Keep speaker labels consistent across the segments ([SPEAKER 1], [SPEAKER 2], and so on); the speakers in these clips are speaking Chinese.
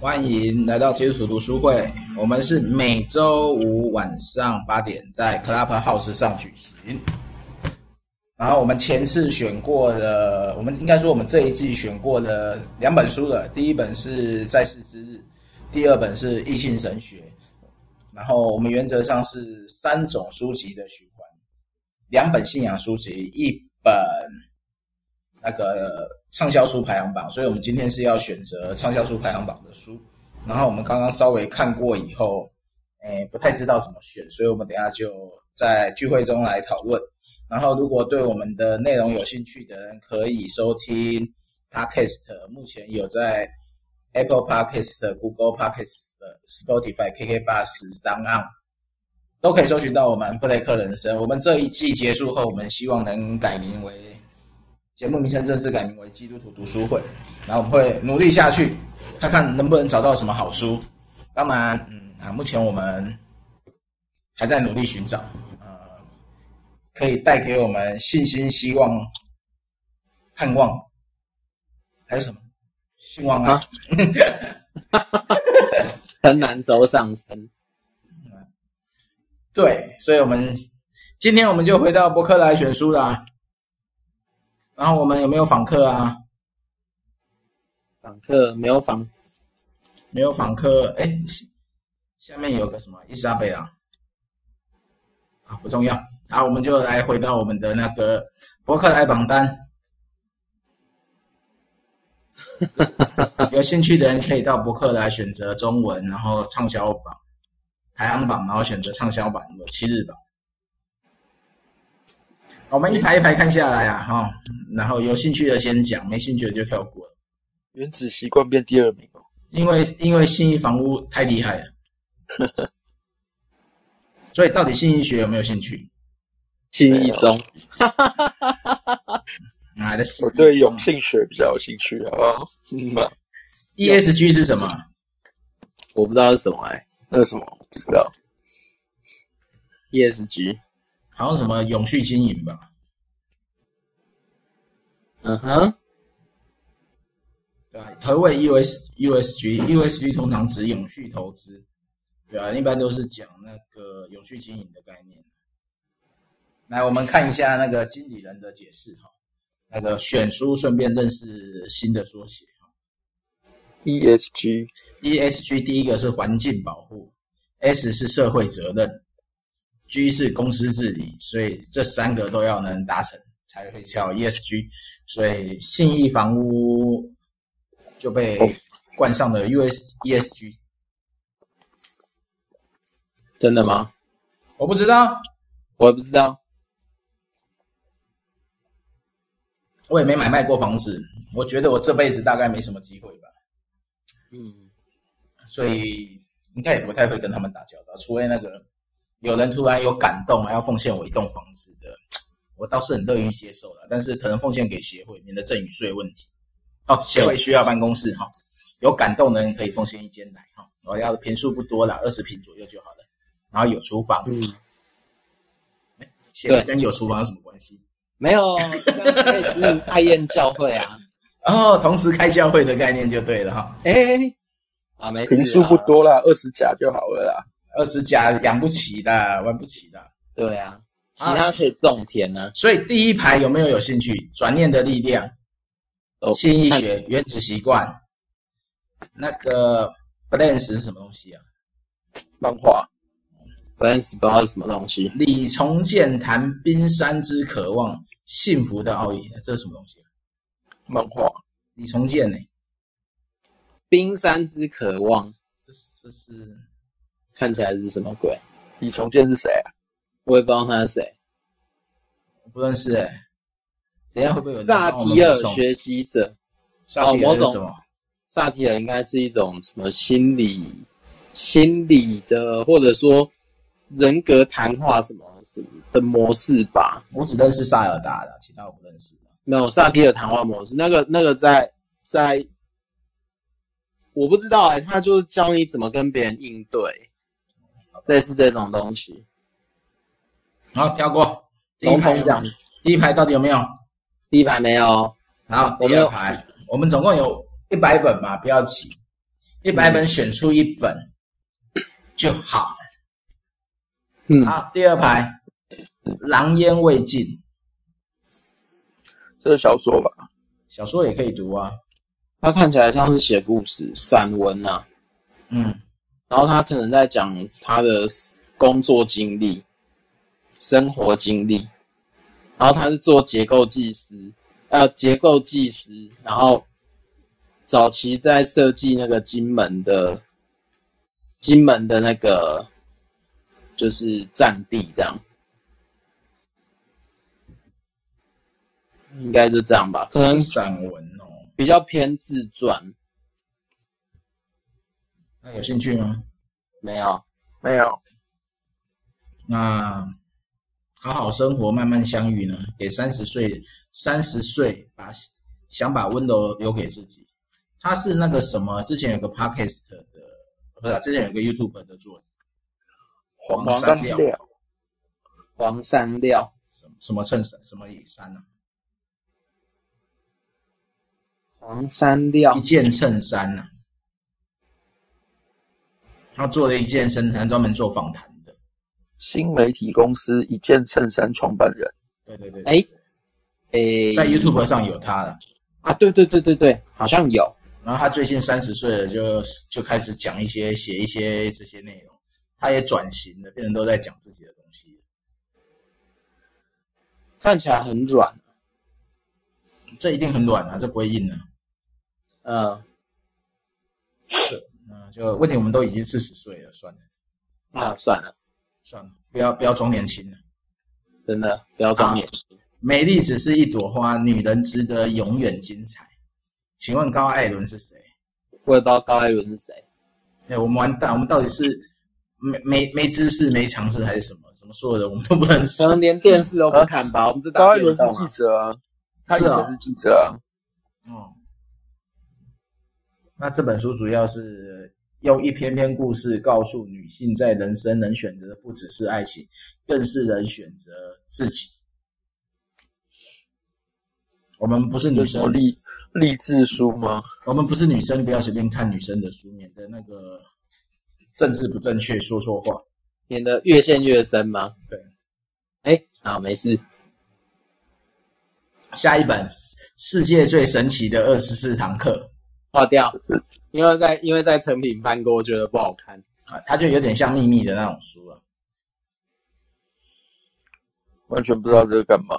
[SPEAKER 1] 欢迎来到基督徒读书会，我们是每周五晚上八点在 Clubhouse 上举行。然后我们前次选过的，我们应该说我们这一季选过的两本书了，第一本是《在世之日》，第二本是《异性神学》。然后我们原则上是三种书籍的循环，两本信仰书籍，一本那个畅销书排行榜。所以我们今天是要选择畅销书排行榜的书。然后我们刚刚稍微看过以后，哎，不太知道怎么选，所以我们等一下就在聚会中来讨论。然后，如果对我们的内容有兴趣的人，可以收听 Podcast。目前有在 Apple Podcast、Google Podcast、Spotify、KK Bus、商岸都可以搜寻到我们布雷克人生。我们这一季结束后，我们希望能改名为节目名称正式改名为基督徒读书会。然后我们会努力下去，看看能不能找到什么好书。当然，嗯啊，目前我们还在努力寻找。呃可以带给我们信心、希望、盼望，还有什么？兴旺啊！
[SPEAKER 2] 很难走上升。
[SPEAKER 1] 对，所以我们今天我们就回到博客来选书啦。然后我们有没有访客啊？
[SPEAKER 2] 访客没有访，
[SPEAKER 1] 没有访客。哎，下面有个什么伊莎贝拉？啊，不重要。好，我们就来回到我们的那个博客来榜单。有兴趣的人可以到博客来选择中文，然后畅销榜、排行榜，然后选择畅销榜有七日榜。我们一排一排看下来啊，哈、哦，然后有兴趣的先讲，没兴趣的就跳过了。
[SPEAKER 3] 原子习惯变第二名哦，
[SPEAKER 1] 因为因为信义房屋太厉 害了。所以到底信义学有没有兴趣？
[SPEAKER 2] 信义中，
[SPEAKER 1] 哪来的信？
[SPEAKER 3] 我对永信学比较有兴趣，好不好？嗯吧。
[SPEAKER 1] ESG E 是什么？
[SPEAKER 2] 我不知道是什么哎、欸，
[SPEAKER 3] 那什么我不知道。
[SPEAKER 2] E ESG
[SPEAKER 1] 好像什么永续经营吧？
[SPEAKER 2] 嗯哼，
[SPEAKER 1] 对、啊，何谓 E ESUSG？ESG 通常指永续投资。对啊，一般都是讲那个有序经营的概念。来，我们看一下那个经理人的解释哈。那个选书顺便认识新的缩写哈。
[SPEAKER 3] E ESG，ESG
[SPEAKER 1] ESG ，E 第一个是环境保护，S 是社会责任，G 是公司治理，所以这三个都要能达成才会叫 ESG。所以信义房屋就被冠上了 E US ESG。
[SPEAKER 2] 真的吗？
[SPEAKER 1] 我不知道，
[SPEAKER 2] 我不知道，
[SPEAKER 1] 我也没买卖过房子。我觉得我这辈子大概没什么机会吧。
[SPEAKER 2] 嗯，
[SPEAKER 1] 所以应该也不太会跟他们打交道，除非那个有人突然有感动，还要奉献我一栋房子的，我倒是很乐于接受的。但是可能奉献给协会，免得赠与税问题。哦，协会需要办公室哈、哦，有感动的人可以奉献一间来哈、哦。我要的平数不多了，二十平左右就好了。然后有厨房，
[SPEAKER 2] 嗯，
[SPEAKER 1] 写的跟有厨房有什么关系？
[SPEAKER 2] 没有，可以经营爱宴教会啊。
[SPEAKER 1] 哦，同时开教会的概念就对了哈。
[SPEAKER 2] 哎，啊，没事，
[SPEAKER 3] 平数不多啦，二十甲就好了啦。
[SPEAKER 1] 二十甲养不起的，玩不起的。
[SPEAKER 2] 对啊，其他可以种田呢、啊啊。
[SPEAKER 1] 所以第一排有没有有兴趣？转念的力量，
[SPEAKER 2] 哦
[SPEAKER 1] 新医学、原子习惯，那个 balance 是什么东西啊？
[SPEAKER 3] 漫画。
[SPEAKER 2] balance 不知道是什么东西。
[SPEAKER 1] 李重建谈冰山之渴望，幸福的奥义，这是什么东西、啊？
[SPEAKER 3] 漫画。
[SPEAKER 1] 李重建呢、欸？
[SPEAKER 2] 冰山之渴望，
[SPEAKER 1] 这这是
[SPEAKER 2] 看起来是什么鬼？
[SPEAKER 3] 李重建是谁、啊？
[SPEAKER 2] 我也不知道他是谁，
[SPEAKER 1] 我不认识哎、欸。等下会不会有
[SPEAKER 2] 萨提尔学哦习者？
[SPEAKER 1] 萨提尔是什么？
[SPEAKER 2] 萨提尔应该是一种什么心理、心理的，或者说。人格谈话什么什么的模式吧，
[SPEAKER 1] 我只认识萨尔达的，其他我不认识。
[SPEAKER 2] 没有萨提尔谈话模式，那个那个在在，我不知道哎、欸，他就是教你怎么跟别人应对，类似这种东西。
[SPEAKER 1] 好，跳过。第一排
[SPEAKER 2] 讲，
[SPEAKER 1] 第一排到底有没有？
[SPEAKER 2] 第一排没有。
[SPEAKER 1] 好，第二排，我们总共有一百本嘛，不要急。一百本选出一本就好。
[SPEAKER 2] 嗯，
[SPEAKER 1] 好，第二排，狼烟未尽，
[SPEAKER 3] 这是小说吧？
[SPEAKER 1] 小说也可以读啊。
[SPEAKER 2] 他看起来像是写故事、散文啊，
[SPEAKER 1] 嗯，
[SPEAKER 2] 然后他可能在讲他的工作经历、生活经历，然后他是做结构技师，呃，结构技师，然后早期在设计那个金门的金门的那个就是占地这样，应该就这样吧，可能
[SPEAKER 1] 是散文哦。
[SPEAKER 2] 比较偏自传，
[SPEAKER 1] 那有兴趣吗？
[SPEAKER 2] 没有，
[SPEAKER 3] 没有，
[SPEAKER 1] 那好好生活，慢慢相遇呢？给三十岁，三十岁把想把温柔留给自己。他是那个什么，之前有个 podcast 的，不是啊、之前有个 YouTube 的作者，黄山
[SPEAKER 3] 山
[SPEAKER 1] 料
[SPEAKER 3] 料，
[SPEAKER 2] 黄山料。
[SPEAKER 1] 什么什么衬衫，什么野衫啊，
[SPEAKER 2] 黄山料
[SPEAKER 1] 一，件衬衫呐、他做了一件衬衫，专门做访谈的。
[SPEAKER 3] 新媒体公司一件衬衫创办人，
[SPEAKER 1] 对对对，
[SPEAKER 2] 哎，诶，
[SPEAKER 1] 在 YouTube 上有他了。
[SPEAKER 2] 啊，对对对对对，好像有，
[SPEAKER 1] 然后他最近三十岁了就，就开始讲一些写一些这些内容，他也转型了，变成都在讲自己的东西。
[SPEAKER 2] 看起来很软，
[SPEAKER 1] 这一定很软啊，这不会硬啊。
[SPEAKER 2] 嗯
[SPEAKER 1] 嗯，就问题我们都已经四十岁了，算了
[SPEAKER 2] 啊，算了，
[SPEAKER 1] 算了，不要不要装年轻了。
[SPEAKER 2] 真的不要
[SPEAKER 3] 啊
[SPEAKER 2] 装年轻。
[SPEAKER 1] 美丽只是一朵花，女人值得永远精彩。请问高艾伦是谁？
[SPEAKER 2] 我也不知道高艾伦是谁，
[SPEAKER 1] 哎，我们完蛋，我们到底是没没没知识、没常识还是什么？什么所有人我们都不认识
[SPEAKER 2] 可。能连电视都不看吧。我们这
[SPEAKER 3] 啊高
[SPEAKER 2] 打
[SPEAKER 3] 艾伦
[SPEAKER 2] 电
[SPEAKER 3] 是
[SPEAKER 2] 动
[SPEAKER 3] 记
[SPEAKER 2] 啊，
[SPEAKER 3] 者啊，他以
[SPEAKER 1] 是啊
[SPEAKER 3] 前是记者啊，
[SPEAKER 1] 哦，那这本书主要是用一篇篇故事告诉女性，在人生能选择的不只是爱情，更是能选择自己。我们不是女
[SPEAKER 3] 有什么
[SPEAKER 1] 生，
[SPEAKER 3] 励励志书吗？
[SPEAKER 1] 我们不是女生，不要随便看女生的书，免得那个政治不正确，说错话。
[SPEAKER 2] 免得越陷越深吗？
[SPEAKER 1] 对，
[SPEAKER 2] 哎，啊，没事，
[SPEAKER 1] 下一本《世界最神奇的二十四堂课》。
[SPEAKER 2] 划掉，因为在因为在成品翻过，我觉得不好看。
[SPEAKER 1] 啊，它就有点像秘密的那种书啊。
[SPEAKER 3] 完全不知道这个干嘛。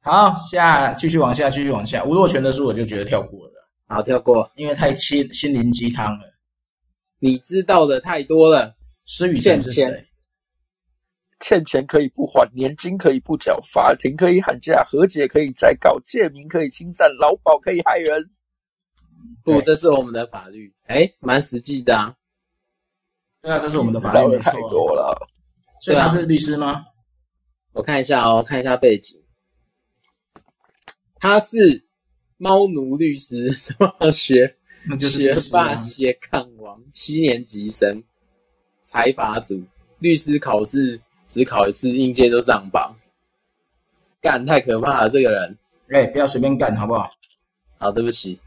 [SPEAKER 1] 好，下继续往下，继续往下。吴若权的书我就觉得跳过了，
[SPEAKER 2] 好，跳过。
[SPEAKER 1] 因为太心心灵鸡汤了。
[SPEAKER 2] 你知道的太多了，
[SPEAKER 1] 施雨辰是
[SPEAKER 2] 欠
[SPEAKER 1] 谁？
[SPEAKER 3] 欠钱可以不还，年金可以不缴，法庭可以喊价，和解可以再告，借名可以侵占，劳保可以害人。
[SPEAKER 2] 不，
[SPEAKER 1] 对
[SPEAKER 2] 这是我们的法律。哎，蛮实际的啊。
[SPEAKER 1] 对啊，这是我们的
[SPEAKER 3] 知
[SPEAKER 1] 法
[SPEAKER 3] 道
[SPEAKER 1] 律
[SPEAKER 3] 的
[SPEAKER 1] 没错
[SPEAKER 3] 太
[SPEAKER 1] 啊。
[SPEAKER 3] 多了。
[SPEAKER 1] 所以
[SPEAKER 2] 对啊
[SPEAKER 1] 他是律师吗？
[SPEAKER 2] 我看一下哦，看一下背景，他是猫奴律师，什么学
[SPEAKER 1] 那就是
[SPEAKER 2] 学
[SPEAKER 1] 律师啊
[SPEAKER 2] 霸斜杠王，七年级生，财阀组，律师考试只考一次，应届就上榜，干太可怕了，这个人。
[SPEAKER 1] 哎、不要随便干，好不好？
[SPEAKER 2] 好，对不起，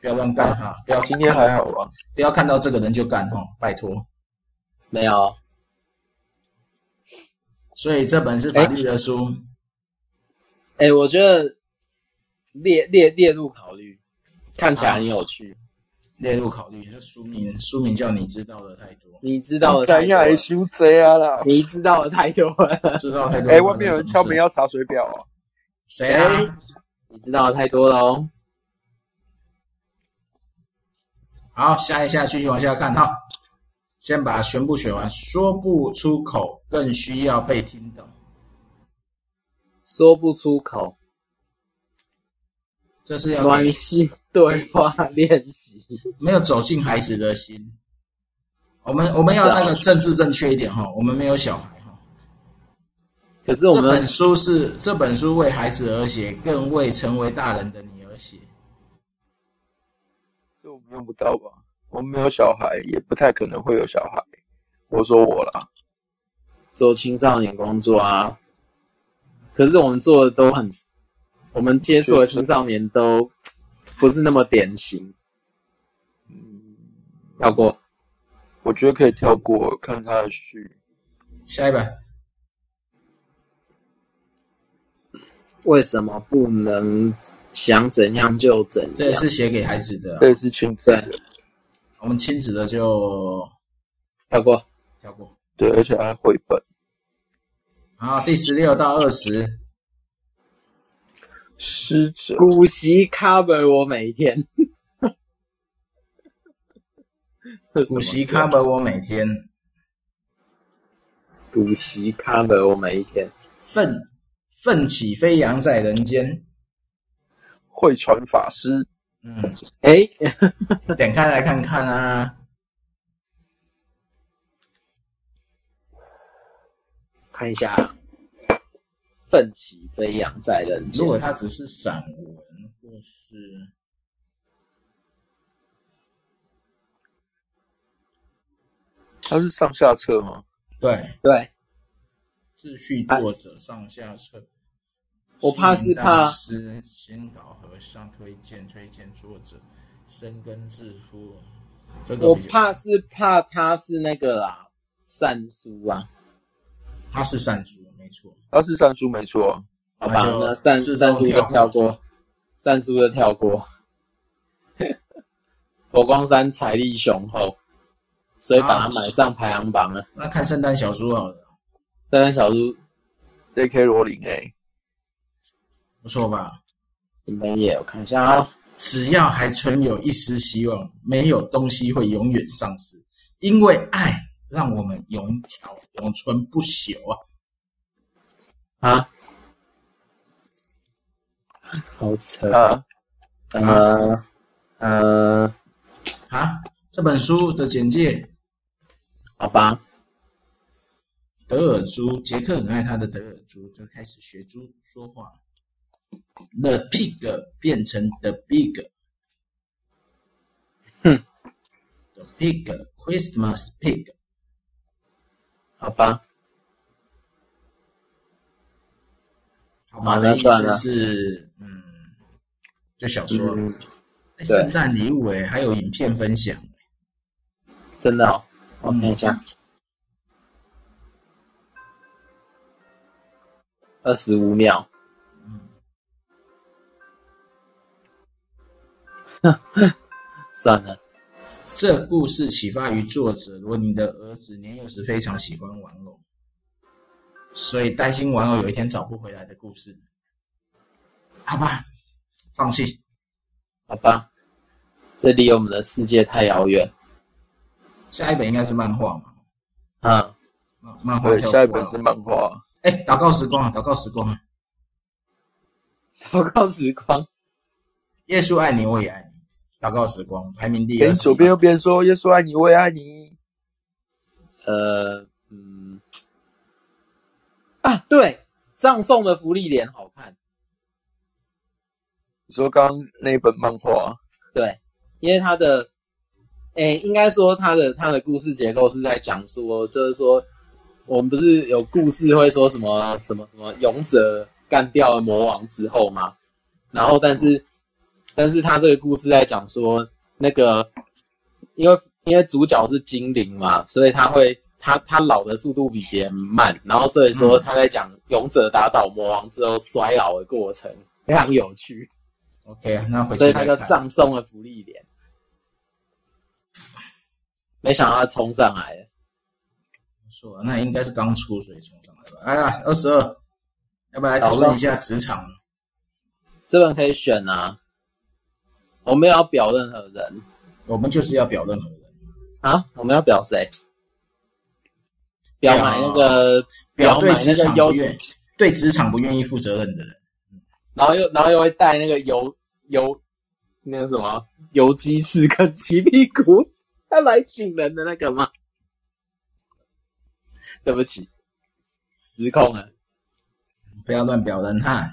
[SPEAKER 1] 不要乱干哈，不要
[SPEAKER 2] 啊
[SPEAKER 3] 今天还好啊吧？
[SPEAKER 1] 不要看到这个人就干哦，拜托。
[SPEAKER 2] 没有
[SPEAKER 1] 所以这本是法律的书，
[SPEAKER 2] 哎、我觉得列列列入考虑，看起来很有
[SPEAKER 1] 啊
[SPEAKER 2] 趣。
[SPEAKER 1] 列入考虑。这书名书名叫你知道的太多，
[SPEAKER 2] 你知道的太
[SPEAKER 3] 咱
[SPEAKER 2] 多
[SPEAKER 3] 亚也
[SPEAKER 2] 了，
[SPEAKER 3] 修贼啊
[SPEAKER 1] 哎
[SPEAKER 3] 啦！
[SPEAKER 2] 你知道的太多了，
[SPEAKER 1] 知道太多。
[SPEAKER 3] 哎、外面有人敲门，要哎查水表哦。
[SPEAKER 1] 谁啊？
[SPEAKER 2] 你知道的太多了哦。
[SPEAKER 1] 好，下一下继续往下看哈，先把全部选完。说不出口，更需要被听懂。
[SPEAKER 2] 说不出口，
[SPEAKER 1] 这是要
[SPEAKER 2] 暖心对话练习。
[SPEAKER 1] 没有走进孩子的心。我们我们要那个政治正确一点哈，我们没有小孩哈。
[SPEAKER 2] 可是我
[SPEAKER 1] 这
[SPEAKER 2] 们
[SPEAKER 1] 本书是这本书为孩子而写，更为成为大人的你而写。
[SPEAKER 3] 这我们用不到吧？我们没有小孩，也不太可能会有小孩。我说我啦，
[SPEAKER 2] 做青少年工作啊，可是我们做的都很，我们接触的青少年都不是那么典型。
[SPEAKER 3] 嗯，
[SPEAKER 2] 要过
[SPEAKER 3] 我觉得可以跳过看他的序。
[SPEAKER 1] 下一本
[SPEAKER 2] 为什么不能想怎样就怎样？
[SPEAKER 1] 这也是写给孩子的，
[SPEAKER 3] 这是亲子的，
[SPEAKER 1] 我们亲子的就
[SPEAKER 2] 要过
[SPEAKER 1] 跳过。
[SPEAKER 3] 对，而且还绘本。
[SPEAKER 1] 好，第十六到二十，
[SPEAKER 3] 师者，
[SPEAKER 2] 古习 cover 我每一 天。这什么
[SPEAKER 1] 补习 cover 我每天
[SPEAKER 2] 古习 cover 我每一天。
[SPEAKER 1] 奋奋起飞扬在人间。
[SPEAKER 3] 会传法师，
[SPEAKER 1] 嗯，
[SPEAKER 2] 哎，
[SPEAKER 1] 点开来看看啊，
[SPEAKER 2] 看一下啊，奋起飞扬在人间
[SPEAKER 1] 如。果它只是散文或是
[SPEAKER 3] 他是上下册吗？
[SPEAKER 1] 对
[SPEAKER 2] 对，
[SPEAKER 1] 秩序作者上下册，
[SPEAKER 2] 哎我怕是怕
[SPEAKER 1] 西林大师新岛和尚推荐推荐作者深耕致富，这个
[SPEAKER 2] 我
[SPEAKER 1] 比较
[SPEAKER 2] 怕是怕他是那个啊，善书啊，
[SPEAKER 1] 他是善书，没错。
[SPEAKER 3] 他是三叔没错啊。
[SPEAKER 2] 好吧，
[SPEAKER 1] 哦那就
[SPEAKER 2] 那善
[SPEAKER 1] 自
[SPEAKER 2] 善
[SPEAKER 1] 动
[SPEAKER 2] 书就
[SPEAKER 1] 跳过
[SPEAKER 2] 跳过，善书就跳过。 佛光山财力雄厚，所以把它买上排行榜了。
[SPEAKER 1] 那看圣诞小说好了，
[SPEAKER 2] 圣诞小猪
[SPEAKER 3] J.K. 罗琳哎，
[SPEAKER 1] 不错吧？
[SPEAKER 2] 什么也我看一下啊，
[SPEAKER 1] 只要还存有一丝希望，没有东西会永远丧失，因为爱让我们永挑永存不朽啊！
[SPEAKER 2] 啊，好扯
[SPEAKER 3] 啊，
[SPEAKER 2] 呃呃，
[SPEAKER 1] 啊，这本书的简介，
[SPEAKER 2] 好吧，
[SPEAKER 1] 德尔猪，杰克很爱他的德尔猪，就开始学猪说话。The pig 变成 the big。
[SPEAKER 2] 哼。
[SPEAKER 1] The pig Christmas pig。
[SPEAKER 2] 好吧，
[SPEAKER 1] 好吧，
[SPEAKER 2] 好
[SPEAKER 1] 的
[SPEAKER 2] 啊那
[SPEAKER 1] 意
[SPEAKER 2] 算
[SPEAKER 1] 思
[SPEAKER 2] 了
[SPEAKER 1] 是，嗯，就小说。
[SPEAKER 2] 嗯，
[SPEAKER 1] 哎
[SPEAKER 2] 对
[SPEAKER 1] 圣诞礼物哎，还有影片分享。
[SPEAKER 2] 真的哦，我看一下，二十五秒，
[SPEAKER 1] 嗯，
[SPEAKER 2] 算了，
[SPEAKER 1] 这故事启发于作者罗尼的儿子年幼时非常喜欢玩偶，所以担心玩偶有一天找不回来的故事。好吧，放弃。
[SPEAKER 2] 好吧，这离我们的世界太遥远，
[SPEAKER 1] 下一本应该是漫画嘛？
[SPEAKER 2] 嗯，
[SPEAKER 1] 漫漫画
[SPEAKER 3] 对，
[SPEAKER 1] 跳
[SPEAKER 3] 下一
[SPEAKER 1] 过
[SPEAKER 3] 本
[SPEAKER 1] 了
[SPEAKER 3] 是漫画，
[SPEAKER 1] 哎，祷告时光啊，祷告时光啊！
[SPEAKER 2] 祷告时光，
[SPEAKER 1] 耶稣爱你，我也爱你。祷告时光排名第
[SPEAKER 3] 边
[SPEAKER 1] 二，
[SPEAKER 3] 哎左边右边说耶稣爱你，我也爱你。
[SPEAKER 2] 呃，嗯，啊，对，葬送的福利脸好看，
[SPEAKER 3] 你说刚刚那本漫画，
[SPEAKER 2] 对，因为他的，诶、应该说他的他的故事结构是在讲说，就是说，我们不是有故事会说什么什么什么勇者干掉了魔王之后嘛，然后但是，但是他这个故事在讲说，那个，因为因为主角是精灵嘛，所以他会他他老的速度比别人慢，然后所以说他在讲勇者打倒魔王之后衰老的过程，非常有趣，
[SPEAKER 1] OK 啊，那回
[SPEAKER 2] 所
[SPEAKER 1] 去
[SPEAKER 2] 以他
[SPEAKER 1] 再
[SPEAKER 2] 就
[SPEAKER 1] 看。
[SPEAKER 2] 葬送了福利脸。没想到他冲上来了，
[SPEAKER 1] 不错啊，那应该是刚出所以冲上来吧。哎呀，二十二，要不要来讨论一下职场？
[SPEAKER 2] 这本可以选啊。我们要表任何人
[SPEAKER 1] 我们就是要表任何人，
[SPEAKER 2] 啊？我们要表谁？表买那个，表
[SPEAKER 1] 对
[SPEAKER 2] 买
[SPEAKER 1] 职
[SPEAKER 2] 那
[SPEAKER 1] 场
[SPEAKER 2] 个
[SPEAKER 1] 不
[SPEAKER 2] 优，
[SPEAKER 1] 愿对职场不愿意负责任的人。
[SPEAKER 2] 然后又然后又会带那个油油那个什么油鸡翅跟鸡屁股， 他来请人的那个吗？对不起，失控了。
[SPEAKER 1] 不要乱表人哈。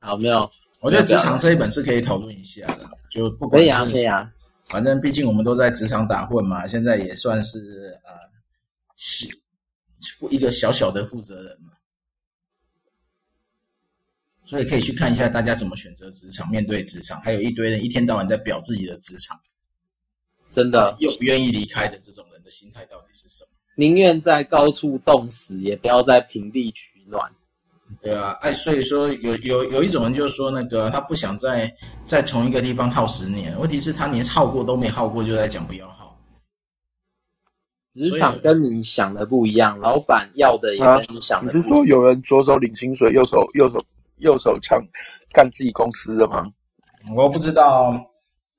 [SPEAKER 2] 好，没有，
[SPEAKER 1] 我觉得职场这一本是可以讨论一下的，就不
[SPEAKER 2] 啊可
[SPEAKER 1] 管
[SPEAKER 2] 以啊，
[SPEAKER 1] 是
[SPEAKER 2] 可以啊。
[SPEAKER 1] 反正毕竟我们都在职场打混嘛，现在也算是呃，是一个小小的负责人嘛，所以可以去看一下大家怎么选择职场，面对职场，还有一堆人一天到晚在表自己的职场，
[SPEAKER 2] 真的
[SPEAKER 1] 又不愿意离开的这种人的心态到底是什么？
[SPEAKER 2] 宁愿在高处冻死，也不要在平地取暖。
[SPEAKER 1] 对啊，哎，所以说有有有一种人就说那个他不想再再从一个地方耗十年，问题是他连耗过都没耗过，就在讲不要耗。
[SPEAKER 2] 职场跟你想的不一样，老板要的也跟你想
[SPEAKER 3] 你
[SPEAKER 2] 的
[SPEAKER 3] 是
[SPEAKER 2] 不一
[SPEAKER 3] 说
[SPEAKER 2] 样。
[SPEAKER 3] 有人左手领薪水，右手右手右手抢干自己公司的吗？
[SPEAKER 1] 我不知道，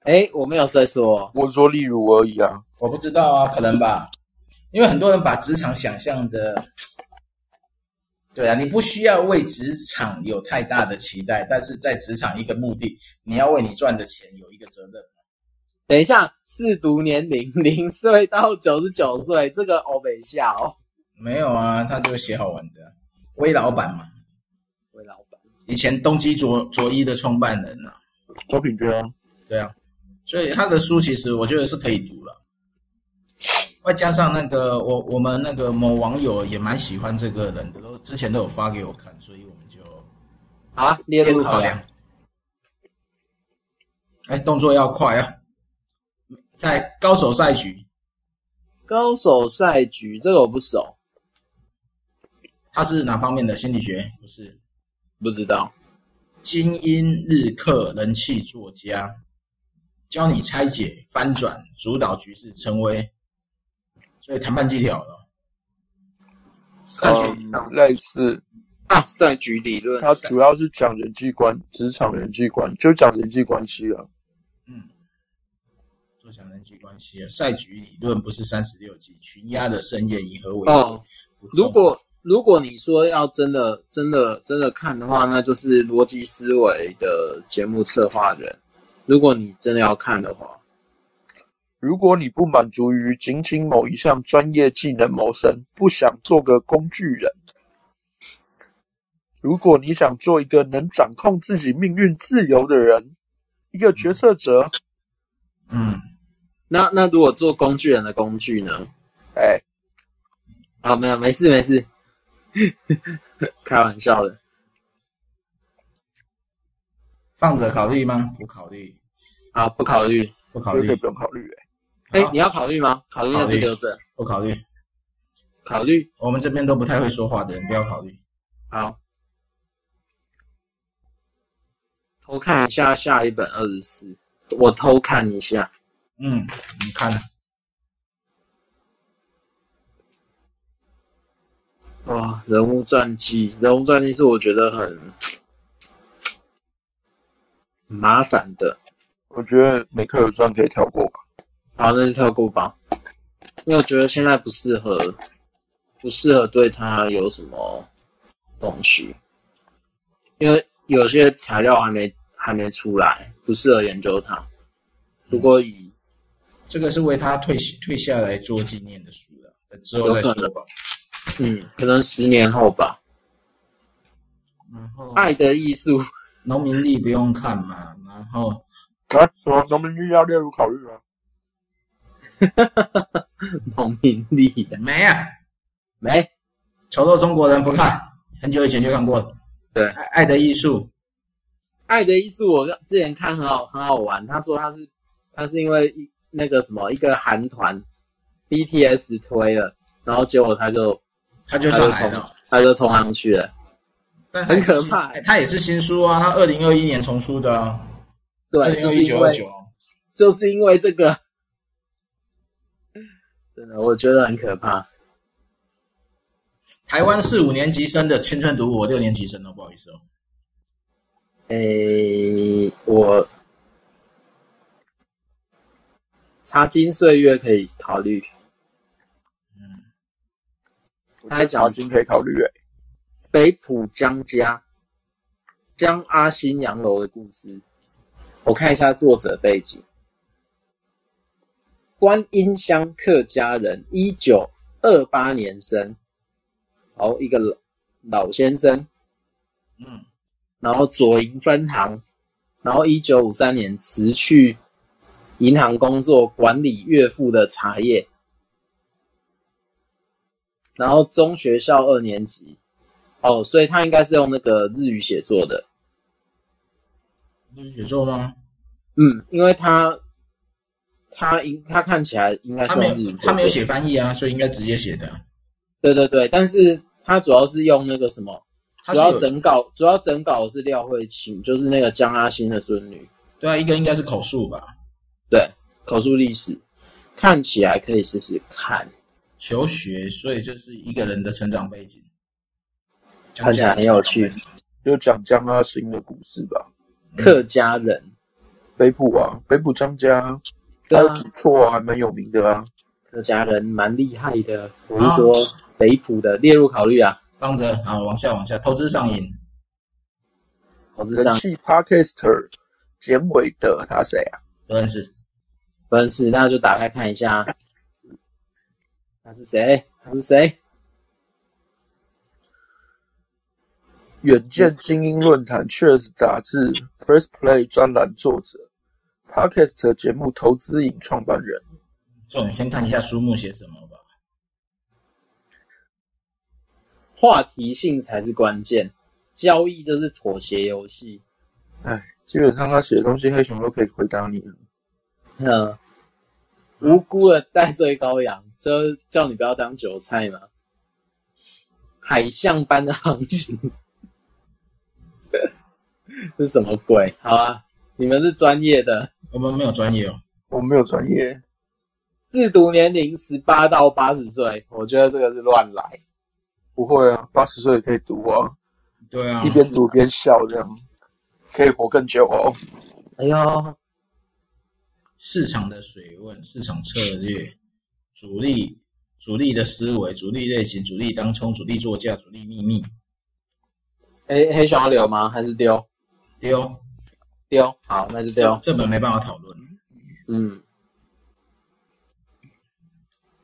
[SPEAKER 2] 哎、我没有在说，
[SPEAKER 3] 我说例如而已啊。
[SPEAKER 1] 我不知道啊，可能吧，因为很多人把职场想象的，对啊，你不需要为职场有太大的期待，但是在职场一个目的，你要为你赚的钱有一个责任。
[SPEAKER 2] 等一下，试读年龄零岁到九十九岁，这个欧北下哦，
[SPEAKER 1] 没有啊，他就写好玩的啊，威老板嘛，
[SPEAKER 2] 魏老板，
[SPEAKER 1] 以前东基卓卓一的创办人啊，
[SPEAKER 3] 周品娟啊，
[SPEAKER 1] 对啊，所以他的书其实我觉得是可以读了。外加上那个我我们那个某网友也蛮喜欢这个人的，都之前都有发给我看，所以我们就
[SPEAKER 2] 好啊，列
[SPEAKER 1] 列入
[SPEAKER 2] 入
[SPEAKER 1] 考
[SPEAKER 2] 考
[SPEAKER 1] 量
[SPEAKER 2] 量。。
[SPEAKER 1] 哎，动作要快啊！在高手赛局，
[SPEAKER 2] 高手赛局这个我不熟，
[SPEAKER 1] 他是哪方面的心理学？不是
[SPEAKER 2] 不知道。
[SPEAKER 1] 精英日课人气作家，教你拆解、翻转、主导局势，成为所以谈判技巧了。
[SPEAKER 2] 嗯
[SPEAKER 1] 赛局
[SPEAKER 3] 嗯，类似，
[SPEAKER 2] 啊，赛局理论
[SPEAKER 3] 它主要是讲人际关，职场人际关，就讲人际关系啊了。
[SPEAKER 1] 嗯，坐享人际关系啊，赛局理论不是三十六计，群压的盛宴以和为贵
[SPEAKER 2] 哦
[SPEAKER 1] 不重
[SPEAKER 2] 如果如果你说要真的真的真的看的话，那就是逻辑思维的节目策划人。如果你真的要看的话，
[SPEAKER 3] 如果你不满足于仅仅某一项专业技能谋生，不想做个工具人，如果你想做一个能掌控自己命运自由的人，一个决策者，
[SPEAKER 1] 嗯，
[SPEAKER 2] 那那如果做工具人的工具呢？
[SPEAKER 3] 哎，
[SPEAKER 2] 啊，没有，没事没事， 开玩笑的。
[SPEAKER 1] 放着考虑吗？不考虑，
[SPEAKER 2] 啊，不考虑。
[SPEAKER 1] 不考
[SPEAKER 3] 这个可以
[SPEAKER 1] 虑
[SPEAKER 3] 不，用考虑。哎
[SPEAKER 2] 哎、
[SPEAKER 1] 好
[SPEAKER 2] 你要考虑吗？考虑那
[SPEAKER 1] 考
[SPEAKER 2] 就
[SPEAKER 1] 虑
[SPEAKER 2] 留着。
[SPEAKER 1] 不考虑。
[SPEAKER 2] 考虑。
[SPEAKER 1] 我们这边都不太会说话的人，不要考虑。
[SPEAKER 2] 好。偷看一下下一本二十四，我偷看一下。
[SPEAKER 1] 嗯，你看，
[SPEAKER 2] 哇，啊人物传记，人物传记是我觉得很很麻烦的。
[SPEAKER 3] 我觉得每克尔传可以跳过吧。
[SPEAKER 2] 好，那就跳过吧，因为我觉得现在不适合，不适合对他有什么东西，因为有些材料还没还没出来，不适合研究它。如果以
[SPEAKER 1] 这个是为他退退下来做纪念的书了，之后再
[SPEAKER 2] 有可
[SPEAKER 1] 说
[SPEAKER 2] 能
[SPEAKER 1] 吧。
[SPEAKER 2] 嗯，可能十年后吧，
[SPEAKER 1] 然后
[SPEAKER 2] 《爱的艺术》
[SPEAKER 1] 农民力不用看嘛，然后
[SPEAKER 3] 啊，什么农民力要列入考虑啊？
[SPEAKER 2] 农民力
[SPEAKER 1] 没啊，
[SPEAKER 2] 没
[SPEAKER 1] 丑陋中国人不看，很久以前就看过了。
[SPEAKER 2] 对
[SPEAKER 1] 爱爱的艺术，
[SPEAKER 2] 爱的艺术，我之前看很好很好玩。他说他是他是因为一那个什么一个韩团 BTS 推了，然后结果他就
[SPEAKER 1] 他就上来了，
[SPEAKER 2] 他就冲上去了。
[SPEAKER 1] 但他也是
[SPEAKER 2] 很可怕
[SPEAKER 1] 哎他也是新书啊，他二零二一年重出的啊，二
[SPEAKER 2] 对，
[SPEAKER 1] 零
[SPEAKER 2] 就
[SPEAKER 1] 二
[SPEAKER 2] 是
[SPEAKER 1] 一
[SPEAKER 2] 因
[SPEAKER 1] 九二
[SPEAKER 2] 为
[SPEAKER 1] 九。
[SPEAKER 2] 就是因为这个，真的我觉得很可怕。
[SPEAKER 1] 台湾四五年级生的青春读物，我六年级生哦，不好意思哦。
[SPEAKER 2] 诶、我茶金岁月可以考虑。他在讲
[SPEAKER 3] 查询可以考虑哎。
[SPEAKER 2] 北浦江家江阿新洋楼的故事。我看一下作者背景：观音乡客家人，一九二八年生，哦，一个老老先生，
[SPEAKER 1] 嗯，
[SPEAKER 2] 然后左营分行，然后一九五三年辞去银行工作，管理岳父的茶叶，然后中学校二年级，哦，所以他应该是用那个日语写作的，
[SPEAKER 1] 那是写作吗？
[SPEAKER 2] 嗯，因为他他应他看起来应该
[SPEAKER 1] 他
[SPEAKER 2] 是
[SPEAKER 1] 没
[SPEAKER 2] 用日
[SPEAKER 1] 有
[SPEAKER 2] 语，
[SPEAKER 1] 他没有。写翻译啊，所以应该直接写的啊。
[SPEAKER 2] 对对对，但是他主要是用那个什么，
[SPEAKER 1] 他
[SPEAKER 2] 主
[SPEAKER 1] 是
[SPEAKER 2] 要
[SPEAKER 1] 有
[SPEAKER 2] 整稿主要整稿是廖慧琴，就是那个江阿欣的孙女，
[SPEAKER 1] 对啊，一个应该是口述吧，
[SPEAKER 2] 对，口述历史，看起来可以试试看，
[SPEAKER 1] 求学，所以就是一个人的成长背景，
[SPEAKER 2] 看起来很有趣。
[SPEAKER 3] 就讲江阿星的故事吧。
[SPEAKER 2] 客家人，
[SPEAKER 3] 北浦啊，北浦张家，
[SPEAKER 2] 嗯对
[SPEAKER 3] 他
[SPEAKER 2] 啊
[SPEAKER 3] 不错啊，还蛮有名的啊。
[SPEAKER 2] 客家人蛮厉害的，我
[SPEAKER 1] 啊
[SPEAKER 2] 是说北浦的列入考虑啊，
[SPEAKER 1] 帮着啊，往下往下，投资上瘾，
[SPEAKER 2] 投资
[SPEAKER 3] 人
[SPEAKER 2] 上
[SPEAKER 3] 气 Podcaster 简伟德，他谁啊？
[SPEAKER 1] 不认识。
[SPEAKER 2] 不认识，那就打开看一下，他是谁？他是谁？
[SPEAKER 3] 远见精英论坛 Cheers 杂志 Press Play 专栏作者，Podcast 节目投资影创办人。
[SPEAKER 1] 这种先看一下书目写什么吧。
[SPEAKER 2] 话题性才是关键，交易就是妥协游戏。
[SPEAKER 3] 基本上他写的东西，黑熊都可以回答你了。
[SPEAKER 2] 嗯，无辜的戴罪羔羊，就是叫你不要当韭菜嘛。海象般的行情， 这是什么鬼？好啊，你们是专业的，
[SPEAKER 1] 我们没有专业哦，
[SPEAKER 3] 我没有专业，
[SPEAKER 2] 制毒年龄十八到八十岁，我觉得这个是乱来。
[SPEAKER 3] 不会啊，八十岁也可以读啊，
[SPEAKER 1] 对啊
[SPEAKER 3] 一，边读边笑这样，可以活更久哦。
[SPEAKER 2] 哎呦，
[SPEAKER 1] 市场的水问、市场策略、主力、主力的思维、主力类型、主力当冲、主力做价、主力秘密。
[SPEAKER 2] 黑黑熊要留吗？还是丢？
[SPEAKER 1] 对哦，
[SPEAKER 2] 丢，好，那就
[SPEAKER 1] 这
[SPEAKER 2] 丢。
[SPEAKER 1] 这本没办法讨论，
[SPEAKER 2] 嗯，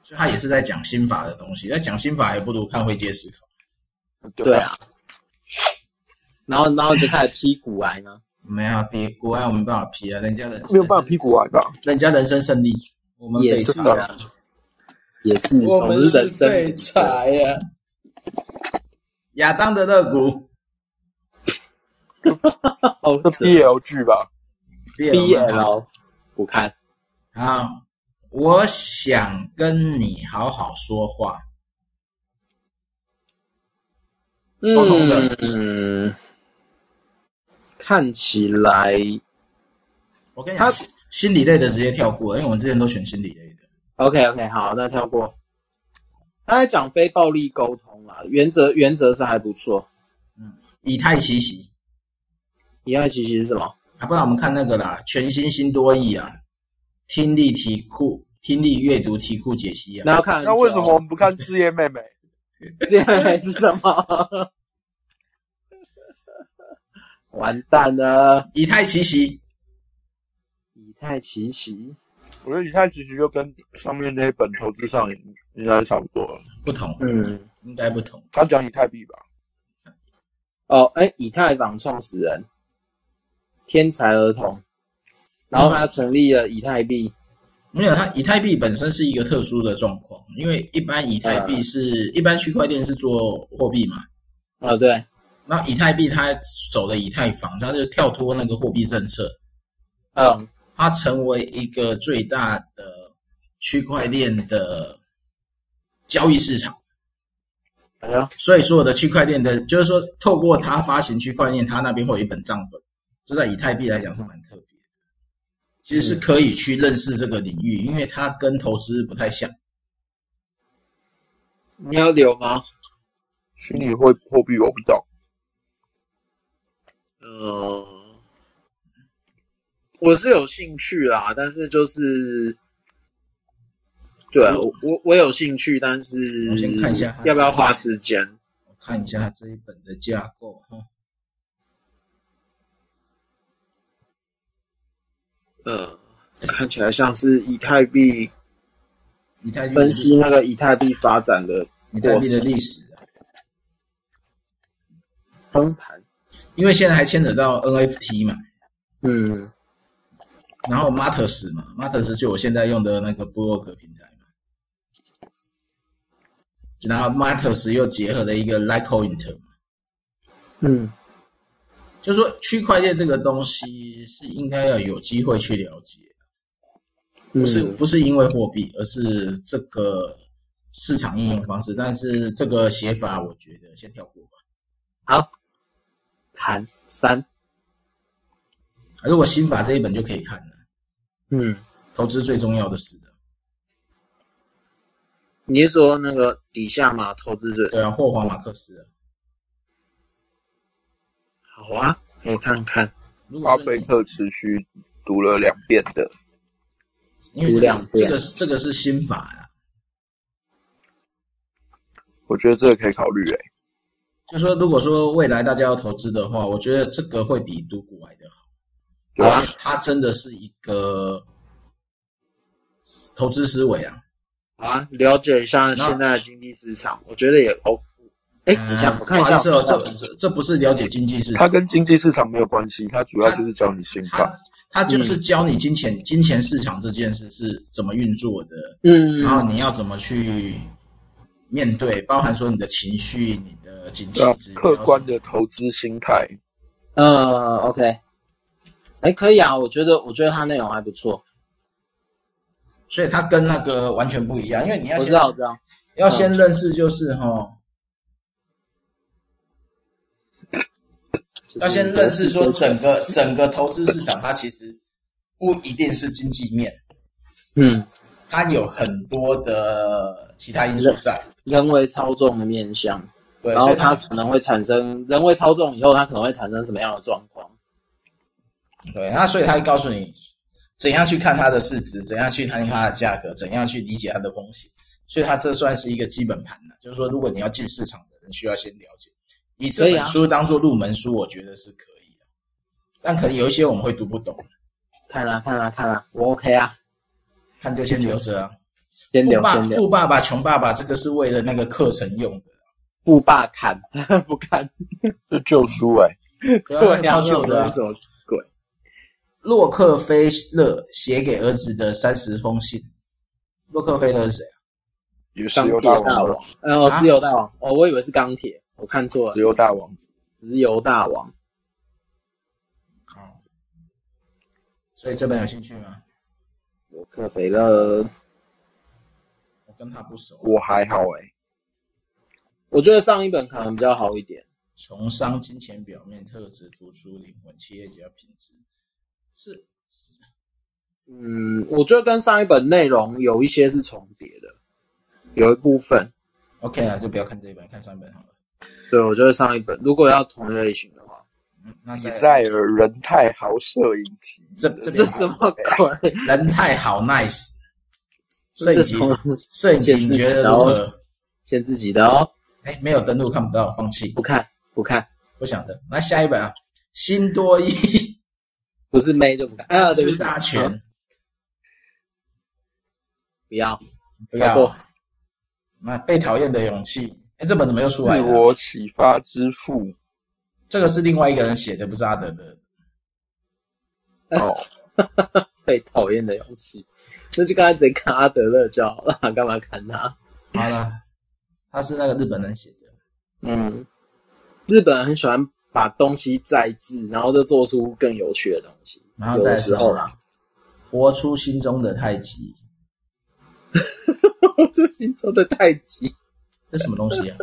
[SPEAKER 1] 所以他也是在讲心法的东西。在讲心法，还不如看会接思考。
[SPEAKER 2] 对啊。然后，然后就开始劈股癌呢。
[SPEAKER 1] 没有比国外我没办法批啊，人家人
[SPEAKER 3] 没有办法批股癌吧？
[SPEAKER 1] 人家人生胜利组，我们
[SPEAKER 2] 也
[SPEAKER 1] 翡
[SPEAKER 2] 是
[SPEAKER 1] 翠
[SPEAKER 2] 啊，也是，们人生
[SPEAKER 1] 废柴呀。亚当的肋骨
[SPEAKER 2] 哦
[SPEAKER 3] 这 BL 剧吧？
[SPEAKER 2] BL 不看，
[SPEAKER 1] 啊，我想跟你好好说话。共同的
[SPEAKER 2] 嗯，看起来
[SPEAKER 1] 我跟你讲，
[SPEAKER 2] 他
[SPEAKER 1] 心心理类的直接跳过，因为我们之前都选心理类的。
[SPEAKER 2] OK OK 好，那跳过。他在讲非暴力沟通啦，原则原则是还不错。
[SPEAKER 1] 以太奇袭
[SPEAKER 2] 一爱其实是什么？
[SPEAKER 1] 啊，不然我们看那个啦，全新新多义啊，听力题库、听力阅读题库解析啊。
[SPEAKER 2] 那要看很久
[SPEAKER 3] 那为什么我们不看事业妹妹？
[SPEAKER 2] 这还是什么？ 完蛋了！
[SPEAKER 1] 以太奇袭，
[SPEAKER 2] 以太奇袭，
[SPEAKER 3] 我觉得以太其实就跟上面那一本投资上瘾应该差不多了。
[SPEAKER 1] 不同，
[SPEAKER 2] 嗯，
[SPEAKER 1] 应该不同。
[SPEAKER 3] 他讲以太币吧？
[SPEAKER 2] 哦，哎，以太坊创始人，天才儿童，然后他成立了以太币，
[SPEAKER 1] 没有，它以太币本身是一个特殊的状况，因为一般以太币是、一般区块链是做货币嘛，
[SPEAKER 2] 哦，对，
[SPEAKER 1] 那以太币它走的以太坊，它就跳脱那个货币政策，
[SPEAKER 2] 嗯，
[SPEAKER 1] 它成为一个最大的区块链的交易市场，
[SPEAKER 2] 哎呦，
[SPEAKER 1] 所以所有的区块链的，就是说透过它发行区块链，它那边会有一本账本，这在以太币来讲是蛮特别的，其实是可以去认识这个领域，因为它跟投资不太像。
[SPEAKER 2] 你要留吗？
[SPEAKER 3] 虚拟货货币我不懂，
[SPEAKER 2] 嗯，我是有兴趣啦，但是就是，对啊我我我有兴趣，但是
[SPEAKER 1] 我先看一下
[SPEAKER 2] 要不要花时间。
[SPEAKER 1] 我看一下这一本的架构哈。
[SPEAKER 2] 呃，看起来像是以太币
[SPEAKER 1] 以太币的
[SPEAKER 2] 分析那个以太币发展的
[SPEAKER 1] 以太币的历史啊、
[SPEAKER 2] 崩盘。
[SPEAKER 1] 因为现在还牵扯到 NFT 嘛，
[SPEAKER 2] 嗯，
[SPEAKER 1] 然后 Matters 嘛，Matters 就我现在用的那个布洛格平台嘛，然后 Matters 又结合了一个 Litecoin，
[SPEAKER 2] 嗯，
[SPEAKER 1] 就是说区块链这个东西是应该要有机会去了解，不是
[SPEAKER 2] 嗯
[SPEAKER 1] 不是因为货币，而是这个市场应用方式。但是这个写法，我觉得先跳过吧。
[SPEAKER 2] 好，谈三，
[SPEAKER 1] 啊如果新法这一本就可以看了，
[SPEAKER 2] 嗯，
[SPEAKER 1] 投资最重要的是的，
[SPEAKER 2] 你是说那个底下嘛，投资者？
[SPEAKER 1] 对啊，霍华马克思啊。
[SPEAKER 2] 好啊，我看看，
[SPEAKER 1] 如果
[SPEAKER 3] 巴
[SPEAKER 1] 说你
[SPEAKER 3] 菲特持续读了两遍的，
[SPEAKER 1] 因为
[SPEAKER 2] 读
[SPEAKER 1] 这
[SPEAKER 2] 两
[SPEAKER 1] 个这
[SPEAKER 2] 遍
[SPEAKER 1] 个是这个是新法啊，
[SPEAKER 3] 我觉得这个可以考虑诶、欸
[SPEAKER 1] 就说如果说未来大家要投资的话，我觉得这个会比读古来的好，
[SPEAKER 2] 好啊
[SPEAKER 1] 因为，它真的是一个投资思维啊。
[SPEAKER 2] 好啊，了解一下现在的经济市场，我觉得也 O。哎，等一下，我看一
[SPEAKER 1] 不好
[SPEAKER 2] 下
[SPEAKER 1] 意思
[SPEAKER 2] 我
[SPEAKER 1] 哦，
[SPEAKER 2] 们的
[SPEAKER 1] 这这这不是了解经济市
[SPEAKER 3] 它
[SPEAKER 1] 场，
[SPEAKER 3] 跟经济市场没有关系，它主要就是教你心法。
[SPEAKER 1] 它它
[SPEAKER 2] 嗯
[SPEAKER 1] 就是教你金钱、金钱市场这件事是怎么运作的，然
[SPEAKER 2] 嗯，
[SPEAKER 1] 后你要怎么去面对，包含说你的情绪、你的经济
[SPEAKER 3] 对啊、
[SPEAKER 1] 指标
[SPEAKER 3] 客观
[SPEAKER 1] 什么
[SPEAKER 3] 的投资心态，
[SPEAKER 2] 呃，OK，哎，可以啊，我觉得，我觉得它内容还不错，
[SPEAKER 1] 所以它跟那个完全不一样，因为你要
[SPEAKER 2] 我
[SPEAKER 1] 先
[SPEAKER 2] 知道，我嗯知道，
[SPEAKER 1] 要先认识，就是哈、
[SPEAKER 2] 就是
[SPEAKER 1] 要先认识说整个整个投资市场，它其实不一定是经济面，
[SPEAKER 2] 嗯，
[SPEAKER 1] 它有很多的其他因素在。
[SPEAKER 2] 人为操纵的面向，
[SPEAKER 1] 对，
[SPEAKER 2] 然
[SPEAKER 1] 所
[SPEAKER 2] 后
[SPEAKER 1] 以
[SPEAKER 2] 它可能会产生人为操纵以后，它可能会产生什么样的状况？
[SPEAKER 1] 对，那所以他会告诉你怎样去看它的市值，怎样去看它的价格，怎样去理解它的风险。所以它这算是一个基本盘了，就是说，如果你要进市场的人，需要先了解。以这
[SPEAKER 2] 可以
[SPEAKER 1] 本
[SPEAKER 2] 啊
[SPEAKER 1] 书当做入门书，我觉得是可以的，但可能有一些我们会读不懂，
[SPEAKER 2] 看啊看啊看啊，我 OK 啊，
[SPEAKER 1] 看就先留着啊。
[SPEAKER 2] 先
[SPEAKER 1] 富
[SPEAKER 2] 聊
[SPEAKER 1] 爸
[SPEAKER 2] 先聊，
[SPEAKER 1] 富爸爸穷爸爸，这个是为了那个课程用的。
[SPEAKER 2] 富爸看 不看？
[SPEAKER 3] 这欸旧书诶、
[SPEAKER 1] 对啊，
[SPEAKER 2] 啊
[SPEAKER 1] 超旧的啊、
[SPEAKER 2] 那种
[SPEAKER 1] 洛克菲勒写给儿子的三十封信。洛克菲勒是谁啊？
[SPEAKER 3] 也是
[SPEAKER 2] 钢
[SPEAKER 3] 油
[SPEAKER 2] 铁
[SPEAKER 3] 大
[SPEAKER 2] 大
[SPEAKER 3] 王
[SPEAKER 2] 王
[SPEAKER 3] 吗，，
[SPEAKER 2] 呃，哦
[SPEAKER 1] 啊
[SPEAKER 2] 石油大王，哦，我以为是钢铁，我看错
[SPEAKER 3] 石
[SPEAKER 2] 了，
[SPEAKER 3] 油大王，
[SPEAKER 2] 石油大王，
[SPEAKER 1] 啊
[SPEAKER 2] 哦
[SPEAKER 1] 所以这本有兴趣吗？
[SPEAKER 2] 洛克菲勒，
[SPEAKER 1] 我跟他不熟。
[SPEAKER 3] 我还好欸诶、
[SPEAKER 2] 我觉得上一本可能比较好一点，
[SPEAKER 1] 从商、金钱表面特质、突出灵魂、企业家品质，是
[SPEAKER 2] 嗯，我觉得跟上一本内容有一些是重叠的，有一部分，
[SPEAKER 1] OK 啊，就不要看这一本，看上本好了。
[SPEAKER 2] 对我觉得上一本如果要同类型的话，
[SPEAKER 1] 嗯，那
[SPEAKER 3] 比
[SPEAKER 1] 再
[SPEAKER 3] 塞尔仁太豪摄影集，
[SPEAKER 1] 这这
[SPEAKER 2] 这
[SPEAKER 1] 边
[SPEAKER 2] 什么鬼？
[SPEAKER 1] 人太好 nice，摄影
[SPEAKER 2] 这
[SPEAKER 1] 集
[SPEAKER 2] 什么
[SPEAKER 1] 摄影集你觉得如何？
[SPEAKER 2] 先自己的哦，
[SPEAKER 1] 哎，没有登录看不到，放弃
[SPEAKER 2] 不，看不看，
[SPEAKER 1] 不想登。来下一本啊，新多益
[SPEAKER 2] 不是妹就不看， 啊，对不
[SPEAKER 1] 四
[SPEAKER 2] 起，
[SPEAKER 1] 大全，
[SPEAKER 2] 不要，
[SPEAKER 1] 不
[SPEAKER 2] 跳
[SPEAKER 1] 要
[SPEAKER 2] 过。
[SPEAKER 1] 那被讨厌的勇气，哎，这本怎么又出
[SPEAKER 2] 啊
[SPEAKER 1] 来
[SPEAKER 3] 自
[SPEAKER 1] 了？
[SPEAKER 3] 我启发之 父
[SPEAKER 1] 这个是另外一个人写的，不是阿德的。
[SPEAKER 3] 哦，
[SPEAKER 2] 被讨厌的勇气，那就刚才直接看阿德勒就好了，干嘛看他？
[SPEAKER 1] 好了，他是那个日本人写的。
[SPEAKER 2] 嗯，日本人很喜欢把东西再制，然后就做出更有趣的东西。
[SPEAKER 1] 然后
[SPEAKER 2] 有
[SPEAKER 1] 再
[SPEAKER 2] 的
[SPEAKER 1] 来
[SPEAKER 2] 时
[SPEAKER 1] 是
[SPEAKER 2] 候
[SPEAKER 1] 后，啦，活出心中的太极，
[SPEAKER 2] 这星座的太极，
[SPEAKER 1] 这什么东西啊？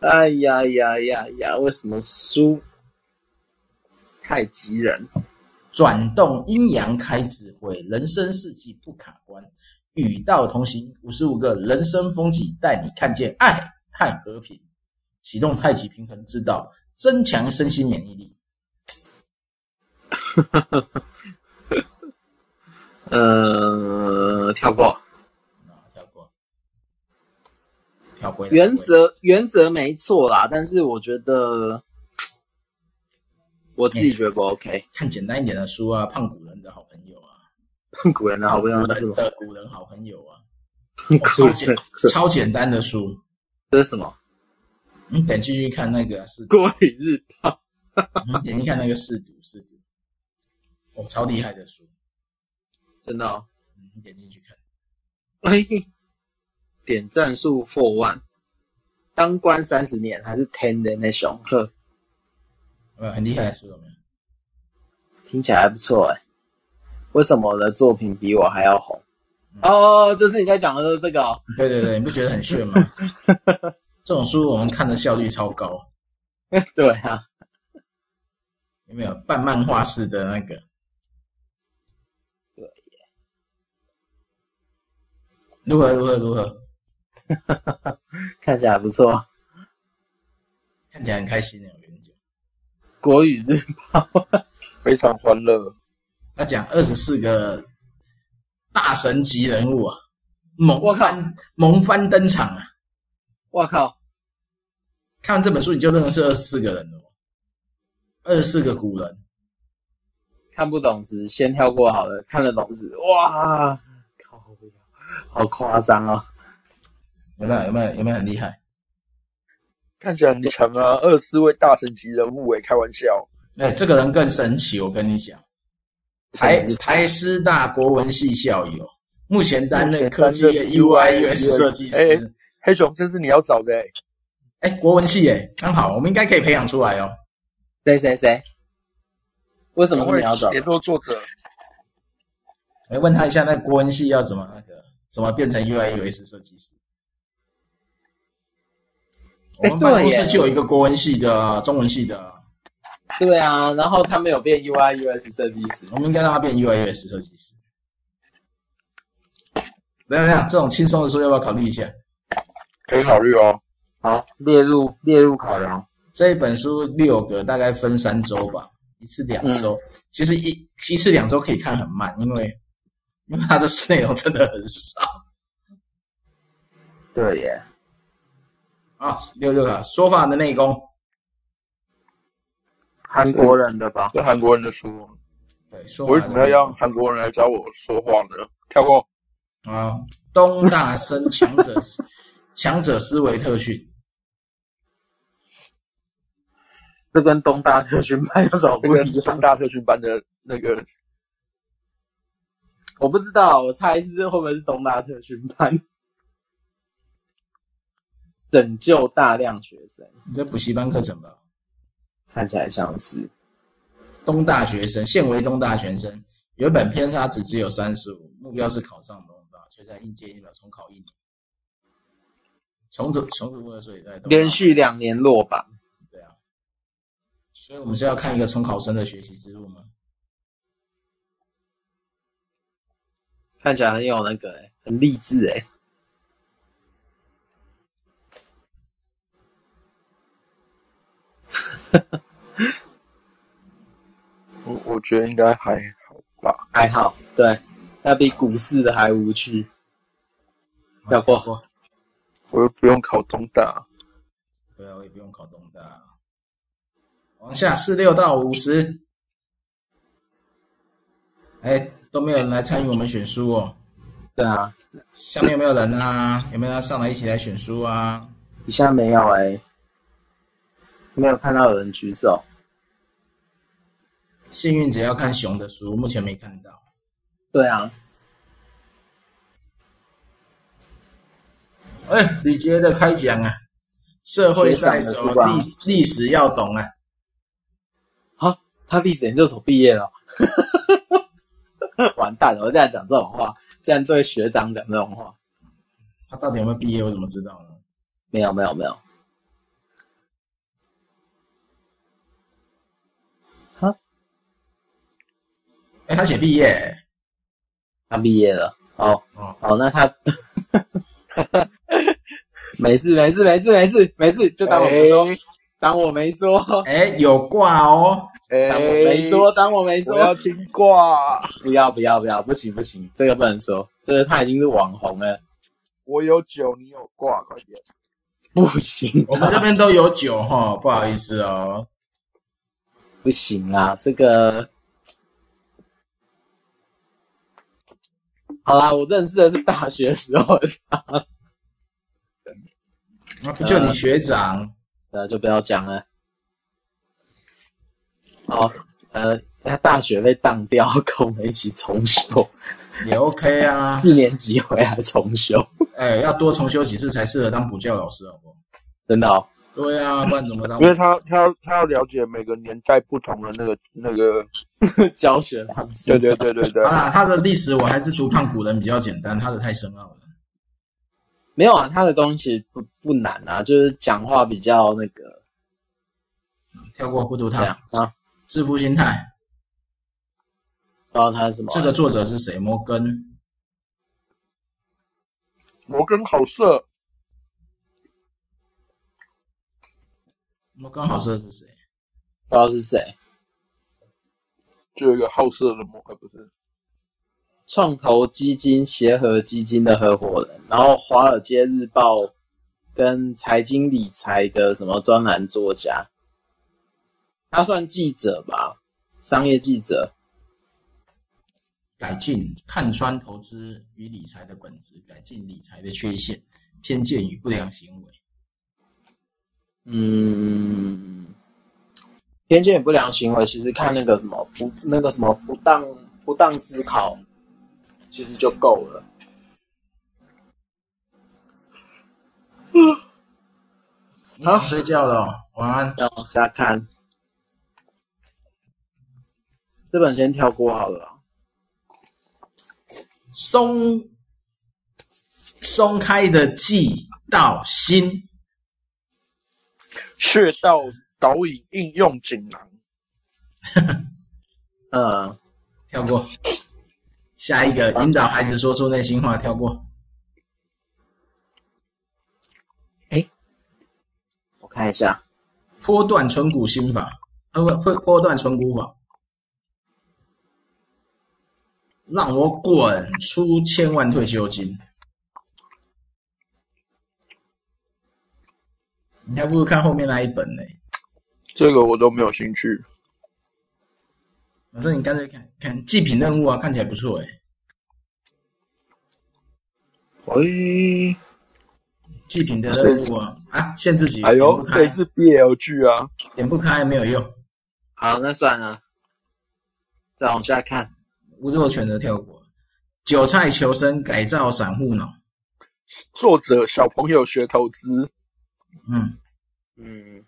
[SPEAKER 2] 哎呀呀呀呀！为什么输？太极人，
[SPEAKER 1] 转动阴阳开智慧，人生四季不卡关，与道同行，五十五个人生风景带你看见爱和和平，启动太极平衡之道，增强身心免疫力。
[SPEAKER 2] 呃，跳过
[SPEAKER 1] 啊，跳过，跳过
[SPEAKER 2] 原。则，原则没错啦，但是我觉得我自己觉得不 OK。
[SPEAKER 1] 看简单一点的书啊，胖古人的好朋友啊，
[SPEAKER 2] 碰古人的好朋友是什
[SPEAKER 1] 人
[SPEAKER 2] 么？
[SPEAKER 1] 的古人好朋友啊，
[SPEAKER 2] 碰
[SPEAKER 1] 哦
[SPEAKER 2] 古
[SPEAKER 1] 超简
[SPEAKER 2] 人，这
[SPEAKER 1] 超简单的书。嗯
[SPEAKER 2] 是什么？
[SPEAKER 1] 你等继续看那个啊是
[SPEAKER 2] 过于日报。
[SPEAKER 1] 你点进看那个试读试读，哦，超厉害的书，
[SPEAKER 2] 真的、哦，
[SPEAKER 1] 嗯你点进去看。
[SPEAKER 2] 哎，点赞数破万，当官三十年还是 ten 的那雄鹤，
[SPEAKER 1] 呃，很厉害的书有没有？
[SPEAKER 2] 听起来还不错哎。为什么我的作品比我还要红？哦，就是你在讲的就是这个、哦，
[SPEAKER 1] 对对对，你不觉得很炫吗？这种书我们看的效率超高，
[SPEAKER 2] 对啊，
[SPEAKER 1] 有没有半漫画式的那个？
[SPEAKER 2] 对
[SPEAKER 1] 如何如何如何？
[SPEAKER 2] 看起来不错。
[SPEAKER 1] 看起来很开心的，我跟你讲。
[SPEAKER 2] 国语日 报，
[SPEAKER 3] 非常欢乐。
[SPEAKER 1] 他讲二十四个大神级人物啊，猛
[SPEAKER 2] 我靠
[SPEAKER 1] 翻猛翻登场啊！
[SPEAKER 2] 我靠，
[SPEAKER 1] 看完这本书你就认识二十四个人了哦，二十四个古人。
[SPEAKER 2] 看不懂词先跳过好了，看得懂词，哇，靠，好夸张哦！
[SPEAKER 1] 有没有？有没有？有没有很厉害？
[SPEAKER 3] 看起来很强啊！二十四位大神级人物诶、欸开玩笑，
[SPEAKER 1] 哎、这个人更神奇，我跟你讲，台台师大国文系校友，目前担任科技业 UI UX 设计
[SPEAKER 3] 哎
[SPEAKER 1] 师。
[SPEAKER 3] 黑熊，这是你要找的欸
[SPEAKER 1] 哎、
[SPEAKER 3] 诶、
[SPEAKER 1] 国文系哎，刚好我们应该可以培养出来哦。
[SPEAKER 2] 谁谁谁？为什么是你要找？
[SPEAKER 3] 联络作者，
[SPEAKER 1] 哎、问他一下，那国文系要怎么那个，怎么变成 UI UX 设计师？我
[SPEAKER 2] 哎
[SPEAKER 1] 们办公
[SPEAKER 2] 对耶
[SPEAKER 1] 室就有一个国文系的、中文系的，
[SPEAKER 2] 对啊，然后他没有变 UI US 设计师，
[SPEAKER 1] 我们应该让他变 UI UX 设计师。怎么样？这种轻松的书要不要考虑一下？
[SPEAKER 3] 可以考虑哦。
[SPEAKER 2] 好，列入列入考量。
[SPEAKER 1] 这一本书六个，大概分三周吧，一次两
[SPEAKER 2] 嗯
[SPEAKER 1] 周。其实一一次两周可以看很慢，因为 因为它的内容真的很少
[SPEAKER 2] 对耶，
[SPEAKER 1] 啊。六六啊，说法的内功，
[SPEAKER 2] 韩国人的吧？
[SPEAKER 3] 这韩国人的书，
[SPEAKER 1] 对，
[SPEAKER 3] 我
[SPEAKER 1] 说
[SPEAKER 3] 为
[SPEAKER 1] 法
[SPEAKER 3] 什
[SPEAKER 1] 的
[SPEAKER 3] 么要
[SPEAKER 1] 内功
[SPEAKER 3] 让韩国人来教我说话呢？跳过。
[SPEAKER 1] 啊，东大生强者 强者思维特训，
[SPEAKER 2] 这跟东大特训班有什么
[SPEAKER 3] 这
[SPEAKER 2] 不
[SPEAKER 3] 个
[SPEAKER 2] 一样
[SPEAKER 3] 东？大特训班的那个，
[SPEAKER 2] 我不知道，我猜是会不会是东大特训班？拯救大量学生，
[SPEAKER 1] 你这补习班课程吧？
[SPEAKER 2] 看起来像是
[SPEAKER 1] 东大学生，现为东大学生，原本偏差值只有三十五，目标是考上东大，却在应届一秒重考一年，重读重读了，所以在东大
[SPEAKER 2] 连续两年落榜。
[SPEAKER 1] 对啊，所以我们是要看一个重考生的学习之路吗？
[SPEAKER 2] 看起来很有那个、欸，很励志哎、欸。
[SPEAKER 3] 我我觉得应该还好吧。
[SPEAKER 2] 还好，对，那比股市的还无趣。要不
[SPEAKER 1] 过，
[SPEAKER 3] 我又不用考东大，
[SPEAKER 1] 对啊，我也不用考东大。往下四六到五十，哎，都没有人来参与我们选书哦。
[SPEAKER 2] 对啊，
[SPEAKER 1] 下面有没有人啊？有没有人要上来一起来选书啊？
[SPEAKER 2] 以下没有哎、没有看到有人举手。
[SPEAKER 1] 幸运只要看熊的书，目前没看到。
[SPEAKER 2] 对啊，
[SPEAKER 1] 哎，李杰的开讲啊，社会在
[SPEAKER 2] 学
[SPEAKER 1] 走
[SPEAKER 2] 长的书，啊吧
[SPEAKER 1] 历历史要懂啊。
[SPEAKER 2] 好，他历史研究所毕业了， 完蛋了！我竟然讲这种话，竟然对学长讲这种话，
[SPEAKER 1] 他到底有没有毕业？我怎么知道呢？
[SPEAKER 2] 没有没有没有。
[SPEAKER 1] 哎，他写毕业、
[SPEAKER 2] 他毕业了，哦
[SPEAKER 1] 哦
[SPEAKER 2] 哦，那他没事没事没事没事没事，就当我没说，当我没说，
[SPEAKER 1] 哎，有挂哦。
[SPEAKER 3] 哎
[SPEAKER 2] 当我没说，，当我没
[SPEAKER 3] 我要
[SPEAKER 2] 说，
[SPEAKER 3] 听挂，
[SPEAKER 2] 不要不要不要，不行不行，这个不能说，这个他已经是网红了，
[SPEAKER 3] 我有酒，你有挂，快点。
[SPEAKER 2] 不行
[SPEAKER 1] 我们这边都有酒哈，不好意思哦。
[SPEAKER 2] 不行啊，这个。好啦，我认识的是大学时候的，
[SPEAKER 1] 那不就你学长？
[SPEAKER 2] 呃，就不要讲了。好，呃，他大学被当掉，跟我们一起重修，
[SPEAKER 1] 也 OK 啊。
[SPEAKER 2] 四年级回来重修，
[SPEAKER 1] 哎，要多重修几次才适合当补教老师，好不好？
[SPEAKER 2] 真的哦。
[SPEAKER 1] 对啊，不然怎么当？
[SPEAKER 3] 因为他他要他要了解每个年代不同的那个那个，
[SPEAKER 2] 教学方式。
[SPEAKER 3] 对对对对对
[SPEAKER 1] 好，啦，他的历史我还是读看古人比较简单，他的太深奥了。
[SPEAKER 2] 没有啊，他的东西不不难啊，就是讲话比较那个
[SPEAKER 1] 跳过不读
[SPEAKER 2] 这样
[SPEAKER 1] 它。
[SPEAKER 2] 啊。
[SPEAKER 1] 致富心态，
[SPEAKER 2] 不知道他是什么啊、
[SPEAKER 1] 这个作者是谁？摩根。
[SPEAKER 3] 摩根好色，
[SPEAKER 1] 摩根好色是谁？
[SPEAKER 2] 不知道是谁，
[SPEAKER 3] 就有一个好色的摩，呃不是，
[SPEAKER 2] 创投基金协和基金的合伙人，然后《华尔街日报》跟财经理财的什么专栏作家，他算记者吧，商业记者。
[SPEAKER 1] 改进看穿投资与理财的本质，改进理财的缺陷、偏见与不良行为。
[SPEAKER 2] 嗯，偏见与不良行为，其实看那个什么不那个什么不当不当思考，其实就够了。
[SPEAKER 1] 你想睡觉了哦、晚安。
[SPEAKER 2] 让我瞎看，这本先跳过好了啦。
[SPEAKER 1] 松松开的记到心，
[SPEAKER 3] 穴道导引应用锦囊，
[SPEAKER 2] 嗯，
[SPEAKER 1] 跳过。下一个，引导孩子说出内心话，跳过。
[SPEAKER 2] 我看一下，
[SPEAKER 1] 波段存股心法，呃，不，波波段存股法，让我滚出千万退休金。你还不如看后面那一本呢、
[SPEAKER 3] 这个我都没有兴趣。
[SPEAKER 1] 我说你干脆看看祭品任务啊，看起来不错哎、
[SPEAKER 3] 喂，
[SPEAKER 1] 祭品的任务啊，啊，限制级，
[SPEAKER 3] 哎
[SPEAKER 1] 点
[SPEAKER 3] 呦，
[SPEAKER 1] 不
[SPEAKER 3] 这
[SPEAKER 1] 开
[SPEAKER 3] 也，是 BL 剧啊，
[SPEAKER 1] 点不开没有用，
[SPEAKER 2] 好，那算了，再往下看。
[SPEAKER 1] 无作选择跳过。韭菜求生改造散户脑，
[SPEAKER 3] 作者小朋友学投资，
[SPEAKER 1] 嗯，
[SPEAKER 2] 嗯，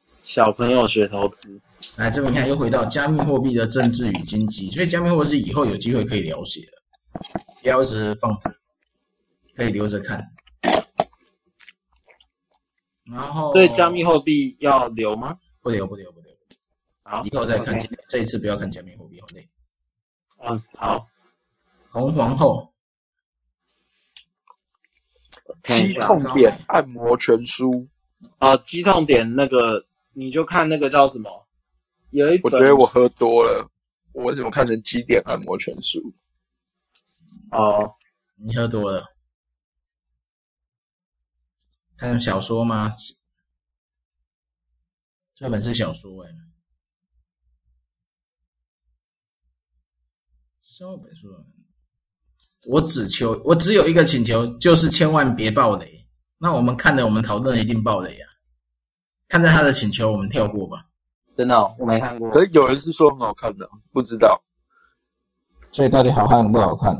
[SPEAKER 2] 小朋友学投资，
[SPEAKER 1] 来这边看又回到加密货币的政治与经济，所以加密货币以后有机会可以了解了，不要一直放着，可以留着看。然后
[SPEAKER 2] 所以加密货币要留吗？
[SPEAKER 1] 不留不留不留，
[SPEAKER 2] 好，
[SPEAKER 3] 嗯
[SPEAKER 1] 以后再看
[SPEAKER 2] OK。
[SPEAKER 1] 这一次不要看加密货币，好累。
[SPEAKER 2] 嗯，好，
[SPEAKER 1] 红皇后，
[SPEAKER 2] 看一
[SPEAKER 3] 肌
[SPEAKER 2] 下
[SPEAKER 3] 痛点按摩全书，
[SPEAKER 2] 哦，激痛点那个，你就看那个叫什么？有一
[SPEAKER 3] 我
[SPEAKER 2] 本，
[SPEAKER 3] 觉得我喝多了，我怎么看成肌点按摩全书？
[SPEAKER 2] 哦，
[SPEAKER 1] 你喝多了，看小说吗？这本是小说哎、生活本书。啊我只求，我只有一个请求，就是千万别爆雷。那我们看了，我们讨论一定爆雷啊。看在他的请求，我们跳过吧。
[SPEAKER 2] 真的、哦，我没看过。
[SPEAKER 3] 可是有人是说很好看的，不知道，
[SPEAKER 1] 所以到底好看不好看？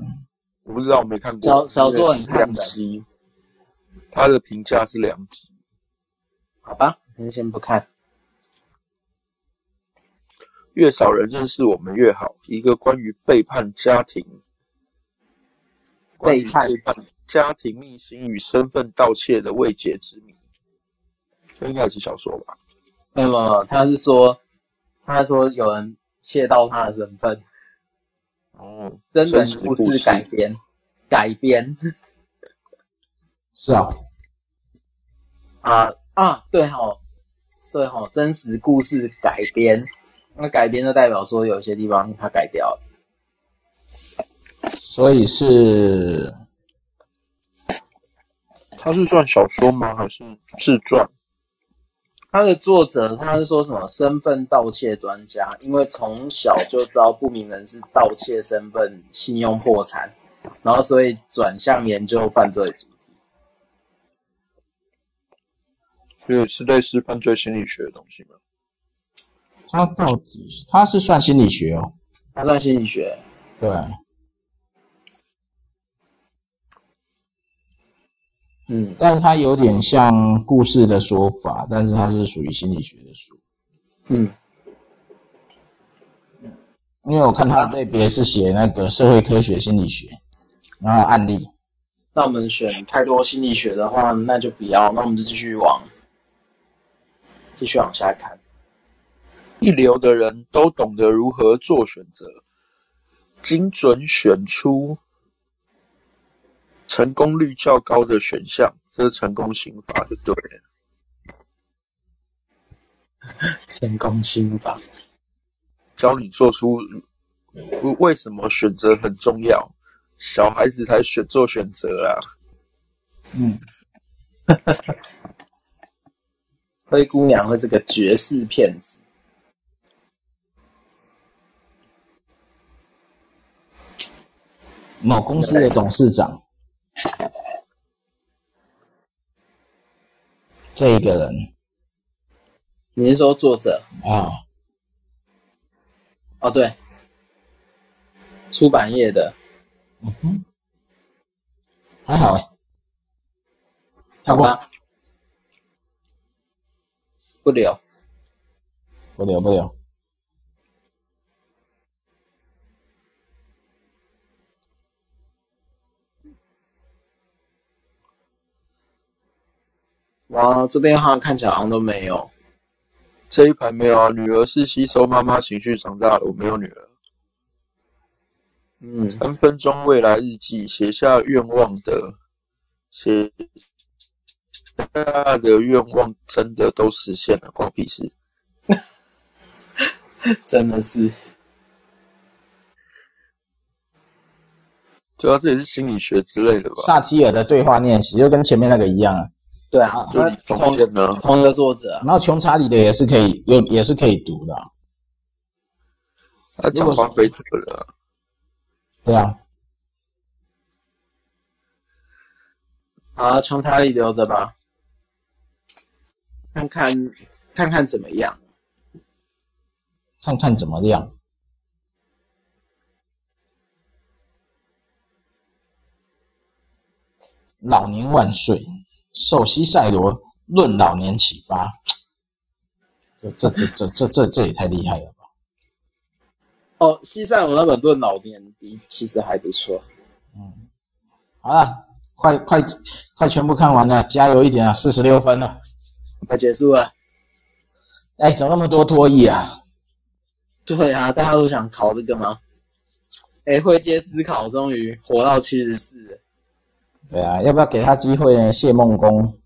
[SPEAKER 3] 我不知道，我没看过。
[SPEAKER 2] 小小说很看
[SPEAKER 3] 两
[SPEAKER 2] 的
[SPEAKER 3] 集，他的评价是两集。
[SPEAKER 2] 好吧，那先不看。
[SPEAKER 3] 越少人认识我们越好。一个关于背叛家庭、关于
[SPEAKER 2] 背叛
[SPEAKER 3] 背叛家庭秘辛与身份盗窃的未解之谜，这应该也是小说吧？
[SPEAKER 2] 没有没有，没有他是说，他说有人窃盗他的身份，
[SPEAKER 3] 哦，
[SPEAKER 2] 真人
[SPEAKER 3] 实
[SPEAKER 2] 故
[SPEAKER 3] 故
[SPEAKER 2] 事改编，改编
[SPEAKER 1] 是啊，
[SPEAKER 2] 啊啊，对吼、对吼、真实故事改编，那改编就代表说有些地方他改掉了，
[SPEAKER 1] 所以是
[SPEAKER 3] 它是算小说吗？还是自传？
[SPEAKER 2] 他的作者他是说什么身份盗窃专家，因为从小就遭不明人士盗窃身份、信用破产，然后所以转向研究犯罪主题。
[SPEAKER 3] 所以是类似犯罪心理学的东西吗？
[SPEAKER 1] 他到底他是算心理学哦？
[SPEAKER 2] 他算心理学，
[SPEAKER 1] 对，
[SPEAKER 2] 嗯
[SPEAKER 1] 但是它有点像故事的说法，但是它是属于心理学的书，
[SPEAKER 2] 嗯
[SPEAKER 1] 因为我看它的类别是写那个社会科学心理学，然后案例。
[SPEAKER 2] 那我们选太多心理学的话，那就不要，那我们就继续往继续往下看。
[SPEAKER 3] 一流的人都懂得如何做选择，精准选出成功率较高的选项，这是成功刑法就对了。
[SPEAKER 2] 成功心法，
[SPEAKER 3] 教你做出为什么选择很重要，小孩子才选做选择啊。
[SPEAKER 1] 嗯，
[SPEAKER 2] 灰姑娘和这个绝世骗子，
[SPEAKER 1] 某公司的董事长，这个人
[SPEAKER 2] 你是说作者？
[SPEAKER 1] 啊、
[SPEAKER 2] 哦，对，出版业的，
[SPEAKER 1] 嗯哼，还好哎、
[SPEAKER 2] 好吧，不留。
[SPEAKER 1] 不留不留。
[SPEAKER 2] 哇，这边好像看起来好像都没有。
[SPEAKER 3] 这一排没有啊，女儿是吸收妈妈情绪长大的，我没有女儿。
[SPEAKER 2] 嗯，
[SPEAKER 3] 三分钟未来日记，写下愿望的，写下的愿望真的都实现了，关我屁事。
[SPEAKER 2] 真的是，
[SPEAKER 3] 对啊，这也是心理学之类的吧？
[SPEAKER 1] 萨提尔的对话练习就跟前面那个一样啊，
[SPEAKER 2] 对啊，
[SPEAKER 3] 就你同
[SPEAKER 2] 同
[SPEAKER 3] 意呢？
[SPEAKER 2] 同一个作者啊，
[SPEAKER 1] 然后穷查理的也是可以，有也是可以读的啊、
[SPEAKER 3] 他讲巴菲特了啊，
[SPEAKER 1] 对啊，
[SPEAKER 2] 好，穷查理留着吧，看看看看怎么样。
[SPEAKER 1] 看看怎么样。老年万岁，首席赛罗论老年启发，这这这这这这这也太厉害了吧！
[SPEAKER 2] 哦，西塞罗那本《论老年》其实还不错。
[SPEAKER 1] 好了，快快快全部看完了，加油一点啊，四十六分了。
[SPEAKER 2] 快结束了。
[SPEAKER 1] 哎，怎么那么多脱衣啊？
[SPEAKER 2] 对啊，大家都想考这个吗？哎，会接思考终于活到七十四，
[SPEAKER 1] 对啊，要不要给他机会呢？谢梦工，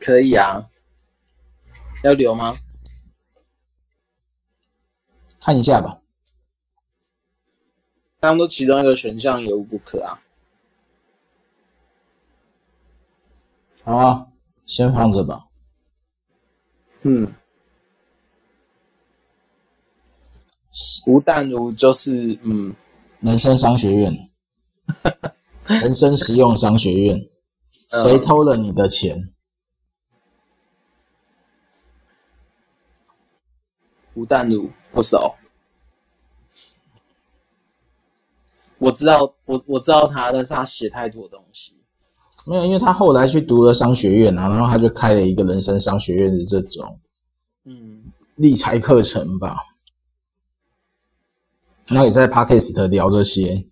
[SPEAKER 2] 可以啊。要留吗？
[SPEAKER 1] 看一下吧。
[SPEAKER 2] 当做其中一个选项也无不可啊。
[SPEAKER 1] 好啊，先放着吧。
[SPEAKER 2] 嗯，吴淡如就是嗯，
[SPEAKER 1] 人生商学院，人生实用商学院，
[SPEAKER 2] 嗯
[SPEAKER 1] 谁偷了你的钱？
[SPEAKER 2] 吴淡如不熟。我知道，我我知道他，但是他写太多东西。
[SPEAKER 1] 没有，因为他后来去读了商学院啊，然后他就开了一个人生商学院的这种
[SPEAKER 2] 嗯，
[SPEAKER 1] 理财课程吧。然后也在 Podcast 聊这些，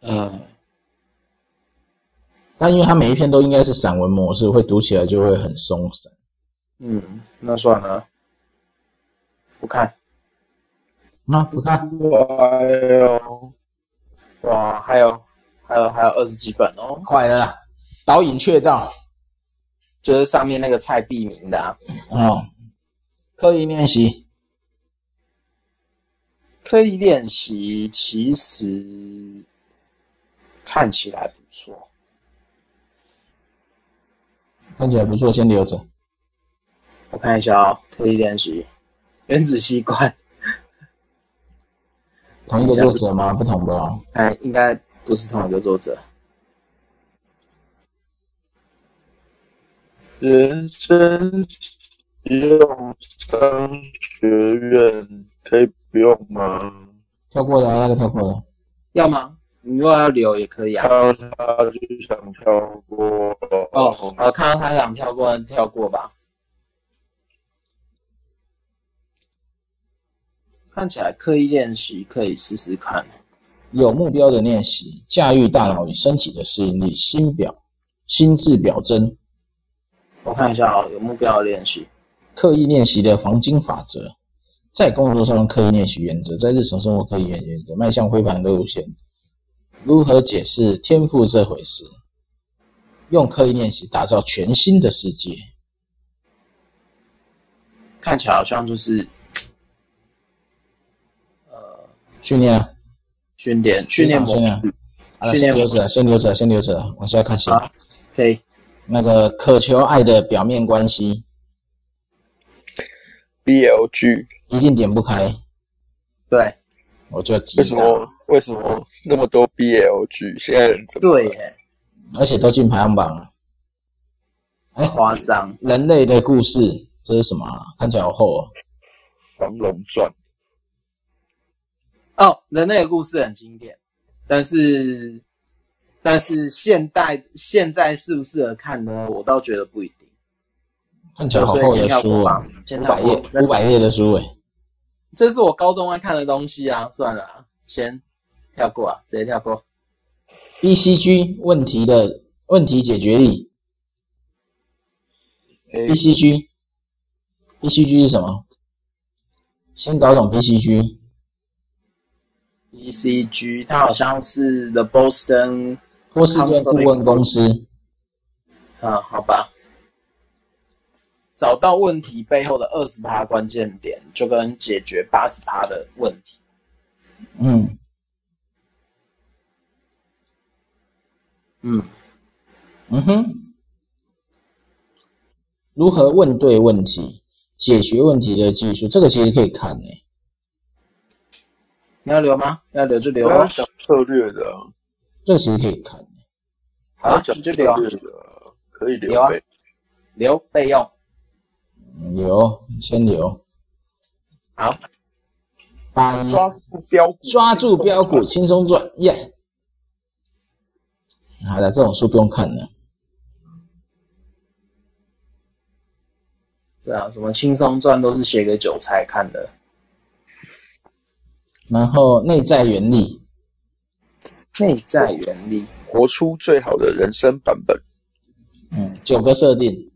[SPEAKER 2] 呃，
[SPEAKER 1] 但因为他每一篇都应该是散文模式，会读起来就会很松散。
[SPEAKER 2] 嗯，那算了，不看。
[SPEAKER 1] 那不看，
[SPEAKER 3] 哎呦，
[SPEAKER 2] 哇，还有，还有，还有二十几本哦，
[SPEAKER 1] 快了啦，导引却道
[SPEAKER 2] 就是上面那个蔡碧明的、啊，
[SPEAKER 1] 哦，刻意练习，
[SPEAKER 2] 刻意练习其实看起来不错。
[SPEAKER 1] 看起来不错，先留着。
[SPEAKER 2] 我看一下啊、刻意练习，原子习惯，
[SPEAKER 1] 同一个作者吗？不同哦吧。
[SPEAKER 2] 哎，应该不是同一个作者。
[SPEAKER 3] 人生实用商学院可以不用吗？
[SPEAKER 1] 跳过了，那个跳过了。
[SPEAKER 2] 要吗？你如果要留也可以啊
[SPEAKER 3] 看。到他就想跳过。
[SPEAKER 2] 哦，呃，看到他想跳过，跳过吧。看起来刻意练习可以试试看。
[SPEAKER 1] 有目标的练习，驾驭大脑与身体的适应力，心表、心智表征，
[SPEAKER 2] 我看一下哦，有目标的练习。
[SPEAKER 1] 刻意练习的黄金法则，在工作上刻意练习原则，在日常生活刻意练习原则，迈向非凡的路线。如何解释天赋这回事？用刻意练习打造全新的世界。
[SPEAKER 2] 看起来好像就是
[SPEAKER 1] 训练啊，
[SPEAKER 2] 训练训练模
[SPEAKER 1] 训
[SPEAKER 2] 式。
[SPEAKER 1] 好了，先
[SPEAKER 2] 训练
[SPEAKER 1] 留着，先留着，先留着，往下看先。
[SPEAKER 2] 好可以，
[SPEAKER 1] 那个渴求爱的表面关系，
[SPEAKER 3] BL g
[SPEAKER 1] 一定点不开，
[SPEAKER 2] 对
[SPEAKER 1] 我就急
[SPEAKER 3] 为什
[SPEAKER 1] 了，
[SPEAKER 3] 么为什么那么多 BL g 现在人怎么
[SPEAKER 2] 对耶，
[SPEAKER 1] 而且都进排行榜了。哎，
[SPEAKER 2] 夸张。
[SPEAKER 1] 人类的故事，这是什么、啊？看起来好厚哦。
[SPEAKER 3] 黄龙传？
[SPEAKER 2] 哦，人类的故事很经典，但是但是现代现在适不适合看呢？我倒觉得不一定。
[SPEAKER 1] 看起来好厚的书啊，
[SPEAKER 2] 先
[SPEAKER 1] 五
[SPEAKER 2] 跳
[SPEAKER 1] 百
[SPEAKER 2] 过
[SPEAKER 1] 页，五百页的书哎、
[SPEAKER 2] 这是我高中爱看的东西啊，算了啊，先跳过啊，直接跳过。
[SPEAKER 1] BCG 问题的问题解决力
[SPEAKER 3] 哎，
[SPEAKER 1] ，BCG，BCG 是什么？先搞懂 BCG，
[SPEAKER 2] E C G，它好像是 The Boston
[SPEAKER 1] 波士顿顾问公司，
[SPEAKER 2] 啊，好吧。找到问题背后的二十趴关键点，就跟解决八十趴的问题。
[SPEAKER 1] 嗯，
[SPEAKER 2] 嗯，
[SPEAKER 1] 嗯哼，如何问对问题，解决问题的技术，这个其实可以看欸诶、
[SPEAKER 2] 你要留吗？要留就留
[SPEAKER 3] 有
[SPEAKER 2] 啊
[SPEAKER 3] 要，讲策略的啊，
[SPEAKER 1] 这个其实可以看。欸
[SPEAKER 2] 好啊，
[SPEAKER 3] 讲
[SPEAKER 2] 你就
[SPEAKER 3] 策
[SPEAKER 2] 留啊，
[SPEAKER 3] 略的啊，可以
[SPEAKER 2] 有
[SPEAKER 3] 留
[SPEAKER 2] 啊
[SPEAKER 3] 备。
[SPEAKER 2] 留备用。
[SPEAKER 1] 留，先留。
[SPEAKER 2] 好，
[SPEAKER 1] 八一
[SPEAKER 3] 抓住标股，
[SPEAKER 1] 嗯抓住标股，轻松赚，耶、好的，这种书不用看了。
[SPEAKER 2] 对啊，什么轻松赚都是写给韭菜看的。
[SPEAKER 1] 然后内在原理，
[SPEAKER 2] 内在原理，
[SPEAKER 3] 活出最好的人生版本。
[SPEAKER 1] 嗯，九个设定。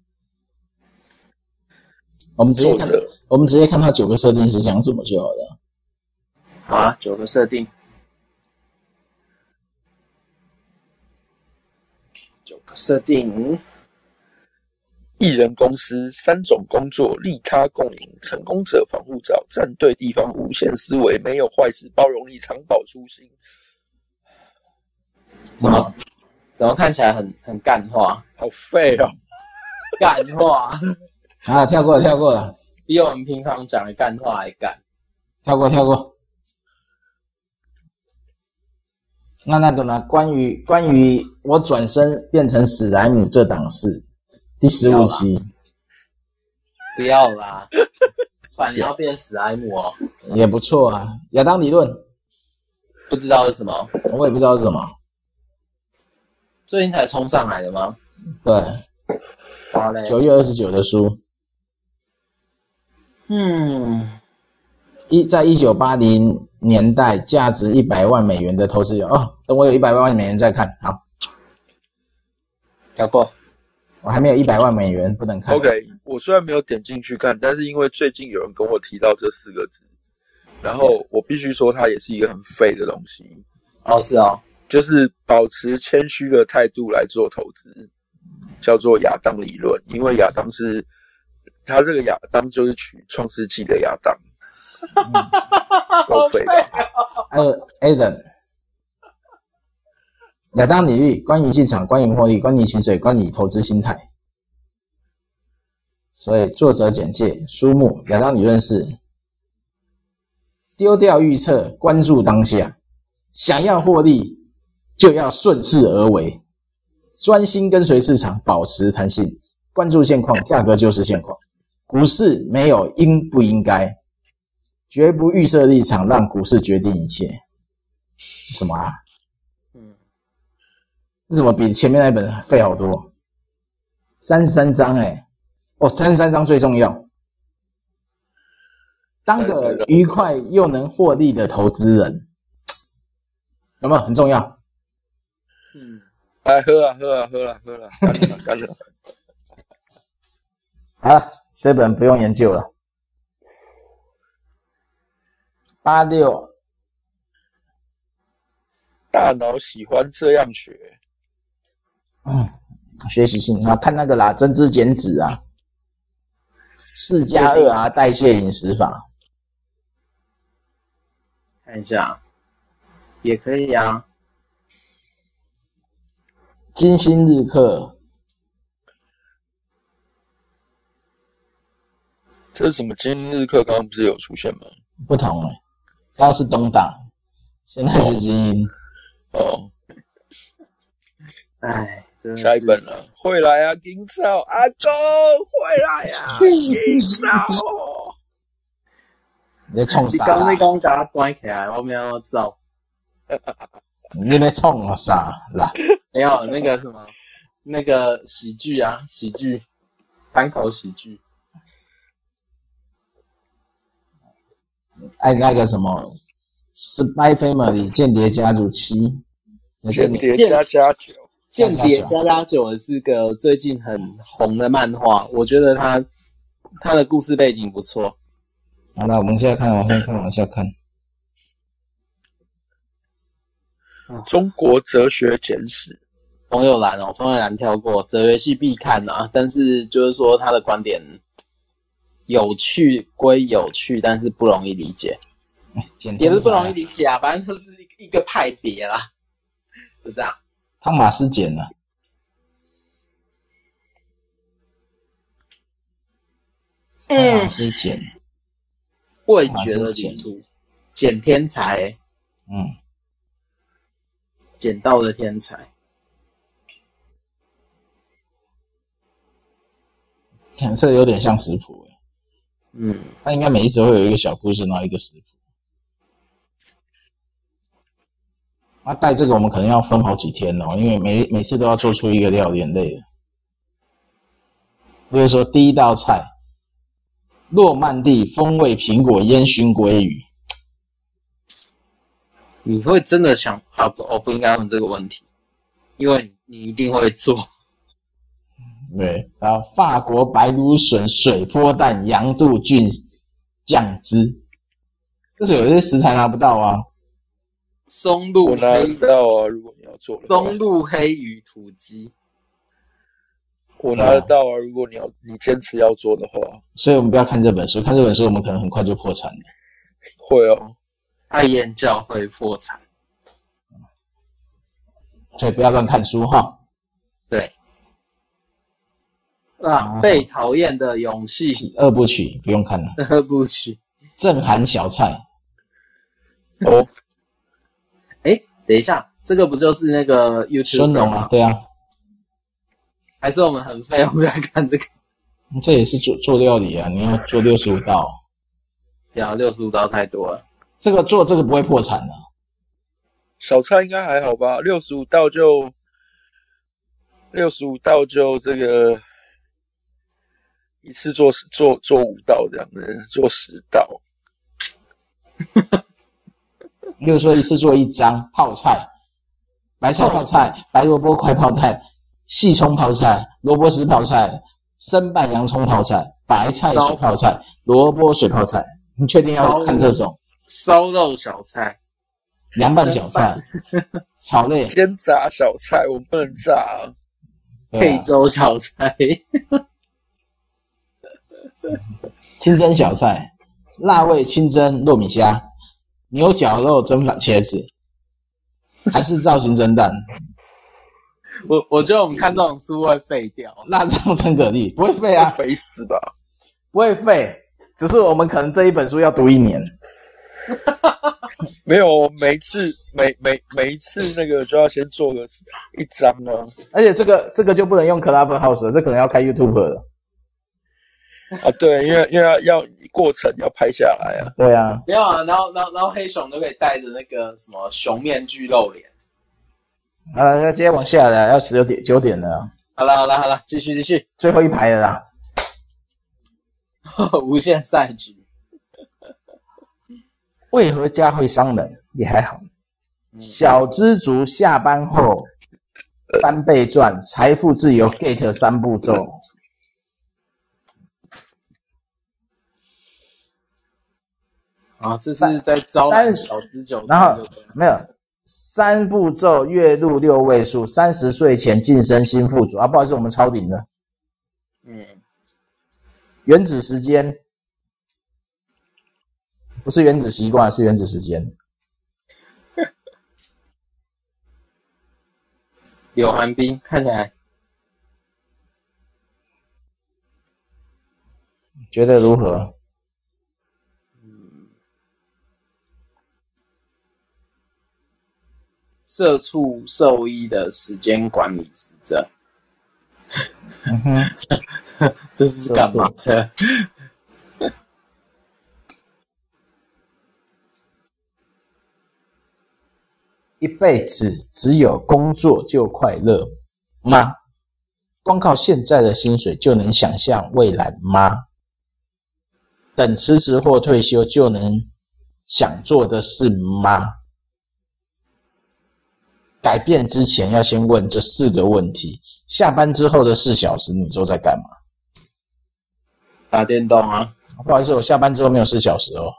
[SPEAKER 1] 我们直接看
[SPEAKER 3] 作者，
[SPEAKER 1] 我们直接看它九个设定是讲什么就好了。
[SPEAKER 2] 好啊，九个设定，九个设定，
[SPEAKER 3] 艺人公司三种工作，利他共赢，成功者防护罩，站对地方，无限思维，没有坏事，包容力，长保初心。
[SPEAKER 2] 怎么怎么看起来很很干话？
[SPEAKER 3] 好废哦！
[SPEAKER 2] 干话
[SPEAKER 1] 好了，啊跳过了，跳过了，
[SPEAKER 2] 比我们平常讲的干话还干。
[SPEAKER 1] 跳过，跳过。那那个呢？关于关于我转身变成史莱姆这档事，第十
[SPEAKER 2] 要
[SPEAKER 1] 五
[SPEAKER 2] 吧
[SPEAKER 1] 期
[SPEAKER 2] 不要啦，反你要变史莱姆哦，
[SPEAKER 1] 也不错啊。亚当理论
[SPEAKER 2] 不知道是什么，
[SPEAKER 1] 我也不知道是什么，
[SPEAKER 2] 最近才冲上来的吗？
[SPEAKER 1] 对，
[SPEAKER 2] 好嘞，
[SPEAKER 1] 九月二十九的书，
[SPEAKER 2] 嗯，
[SPEAKER 1] 一在一九八零年代价值一百万美元的投资有哦，等我有一百万美元再看好，
[SPEAKER 2] 跳过。
[SPEAKER 1] 我还没有一百万美元不能看。
[SPEAKER 3] OK，我虽然没有点进去看，但是因为最近有人跟我提到这四个字，然后我必须说，它也是一个很废的东西，
[SPEAKER 2] 哦，是哦，
[SPEAKER 3] 就是保持谦虚的态度来做投资，叫做亚当理论。因为亚当是，他这个亚当就是取创世纪的亚当，够废的。
[SPEAKER 1] 呃，Adam，亚当理律关于市场，关于获利，关于薪水，关于投资心态。所以作者简介：书目亚当理论是丢掉预测，关注当下。想要获利，就要顺势而为，专心跟随市场，保持弹性，关注现况，价格就是现况。股市没有应不应该，绝不预设立场，让股市决定一切。什么啊？
[SPEAKER 3] 嗯
[SPEAKER 1] 为什么比前面那本费好多？三十三章哎、哦，三十三章最重要。当个愉快又能获利的投资人，有没有很重要？
[SPEAKER 3] 嗯，哎，喝啊喝啊喝啊喝啊，干了干了，
[SPEAKER 1] 好了，这本不用研究了。八六
[SPEAKER 3] 大脑喜欢这样学，
[SPEAKER 1] 嗯，学习性啊，看那个啦，增脂减脂啊，四加二啊，代谢饮食法，
[SPEAKER 2] 看一下，也可以啊。
[SPEAKER 1] 金星日课，
[SPEAKER 3] 这是什么？今日课刚刚不是有出现吗？
[SPEAKER 1] 不同了，刚刚是东大，现在是精英。
[SPEAKER 3] 哦，
[SPEAKER 2] 哎，真的是
[SPEAKER 3] 下一本了，会来啊，金少阿公会来啊，金少，哦
[SPEAKER 1] 你在冲
[SPEAKER 2] 你
[SPEAKER 1] 啥
[SPEAKER 2] 刚
[SPEAKER 1] 啦？
[SPEAKER 2] 才讲把它关起来，我没有走，
[SPEAKER 1] 你在冲啥啦？
[SPEAKER 2] 没有那个什么，那个喜剧啊，喜剧，单口喜剧，
[SPEAKER 1] 哎，那个什么《Spy Family》间谍家族七，
[SPEAKER 3] 间谍加加九，
[SPEAKER 2] 间谍加加九是个最近很红的漫画，我觉得它它的故事背景不错。
[SPEAKER 1] 好了，我们现在看，往下看，往下看。
[SPEAKER 3] 中国哲学简史，
[SPEAKER 2] 冯友兰哦，冯友兰跳过哲学系必看啊，但是就是说他的观点有趣归有趣，但是不容易理解，
[SPEAKER 1] 简
[SPEAKER 2] 也不是不容易理解啊，反正就是一一个派别啦，就这样。
[SPEAKER 1] 汤马斯简了。汤马
[SPEAKER 2] 嗯，
[SPEAKER 1] 斯简，
[SPEAKER 2] 味觉的领土，捡天才，
[SPEAKER 1] 嗯，
[SPEAKER 2] 捡到的天才，
[SPEAKER 1] 讲这有点像食谱欸，
[SPEAKER 2] 嗯，
[SPEAKER 1] 它应该每一则会有一个小故事，然后一个食谱。那带这个我们可能要分好几天哦，因为每每次都要做出一个料理，很累的。比如说第一道菜，诺曼底风味苹果烟熏鲑鱼，
[SPEAKER 2] 你会真的想啊？不，我不应该问这个问题，因为你一定会做。
[SPEAKER 1] 对，然后法国白芦笋、水波蛋、洋杜菌酱汁，就是有些食材拿不到啊。
[SPEAKER 2] 松露
[SPEAKER 3] 我哪
[SPEAKER 2] 黑
[SPEAKER 3] 知道啊？如果你要做的话，
[SPEAKER 2] 松露黑鱼土鸡，
[SPEAKER 3] 我拿得到啊！如果你要你坚持要做的话，
[SPEAKER 1] 所以我们不要看这本书，看这本书我们可能很快就破产了。
[SPEAKER 3] 会哦。
[SPEAKER 2] 爱燕教会破产。
[SPEAKER 1] 所以不要乱看书哈。
[SPEAKER 2] 对，啊，被讨厌的勇气，
[SPEAKER 1] 二部曲不用看了，
[SPEAKER 2] 对不起。
[SPEAKER 1] 正寒小菜，
[SPEAKER 3] 哦，
[SPEAKER 2] 哎，等一下，这个不就是那个 YouTube
[SPEAKER 1] 孙龙啊，？对啊，
[SPEAKER 2] 还是我们很废，我们来看这个。
[SPEAKER 1] 这也是做做料理啊，你要做六十五道，
[SPEAKER 2] 呀，六十五刀太多了。
[SPEAKER 1] 这个做这个不会破产的、
[SPEAKER 3] 小菜应该还好吧？六十五道就六十五道就这个一次做十做做五道这样子，做十道。
[SPEAKER 1] 比如说一次做一张泡菜，白菜泡菜、白萝卜块泡菜、细葱泡菜、萝卜丝泡菜、生拌洋葱泡菜、白菜水泡菜、萝卜水泡菜。你确定要看这种
[SPEAKER 2] 烧肉小菜，
[SPEAKER 1] 凉拌小 菜、炒类、
[SPEAKER 3] 煎炸小菜我不能炸、啊，
[SPEAKER 1] 对
[SPEAKER 2] 配
[SPEAKER 1] 啊、
[SPEAKER 2] 粥小菜，
[SPEAKER 1] 清蒸小菜、辣味清蒸糯米虾、牛绞肉蒸茄子，韩式造型蒸蛋、
[SPEAKER 2] 我我觉得我们看这种书会废掉。
[SPEAKER 1] 辣酱蒸蛤蜊，不会废啊，
[SPEAKER 3] 肥死吧！
[SPEAKER 1] 不会废，只是我们可能这一本书要读一年。
[SPEAKER 3] 没有，每一次每每每一次那个就要先做个一张啊
[SPEAKER 1] 而且这个这个就不能用 Clubhouse 了，这可能要开 YouTube 了。
[SPEAKER 3] 啊！对，因为因为要要过程要拍下来啊。
[SPEAKER 1] 对啊，
[SPEAKER 2] 没有啊，然后然后然后黑熊都可以戴着那个什么熊面具露脸，
[SPEAKER 1] 啊，那今天往下了，要九点九点了，
[SPEAKER 2] 好了好了好了，继续继续，
[SPEAKER 1] 最后一排了啦。
[SPEAKER 2] 无限赛局，
[SPEAKER 1] 为何家会伤人？也还好。小知足下班后翻倍赚，财富自由 get 三步骤。
[SPEAKER 2] 啊，这是在招
[SPEAKER 1] 三
[SPEAKER 2] 揽
[SPEAKER 1] 十
[SPEAKER 2] 小资九，
[SPEAKER 1] 然后没有三步骤月入六位数，三十岁前晋升新富足啊！不好意思，我们超顶了。
[SPEAKER 2] 嗯，
[SPEAKER 1] 原子时间不是原子习惯，是原子时间。
[SPEAKER 2] 柳寒冰看起来
[SPEAKER 1] 觉得如何？
[SPEAKER 2] 社畜兽医的时间管理师者，
[SPEAKER 1] 嗯哼，
[SPEAKER 2] 这是干嘛的？
[SPEAKER 1] 一辈子只有工作就快乐吗？光靠现在的薪水就能想象未来吗？等辞职或退休就能想做的事吗？改变之前要先问这四个问题：下班之后的四小时你都在干嘛？
[SPEAKER 2] 打电动啊！
[SPEAKER 1] 不好意思，我下班之后没有四小时哦，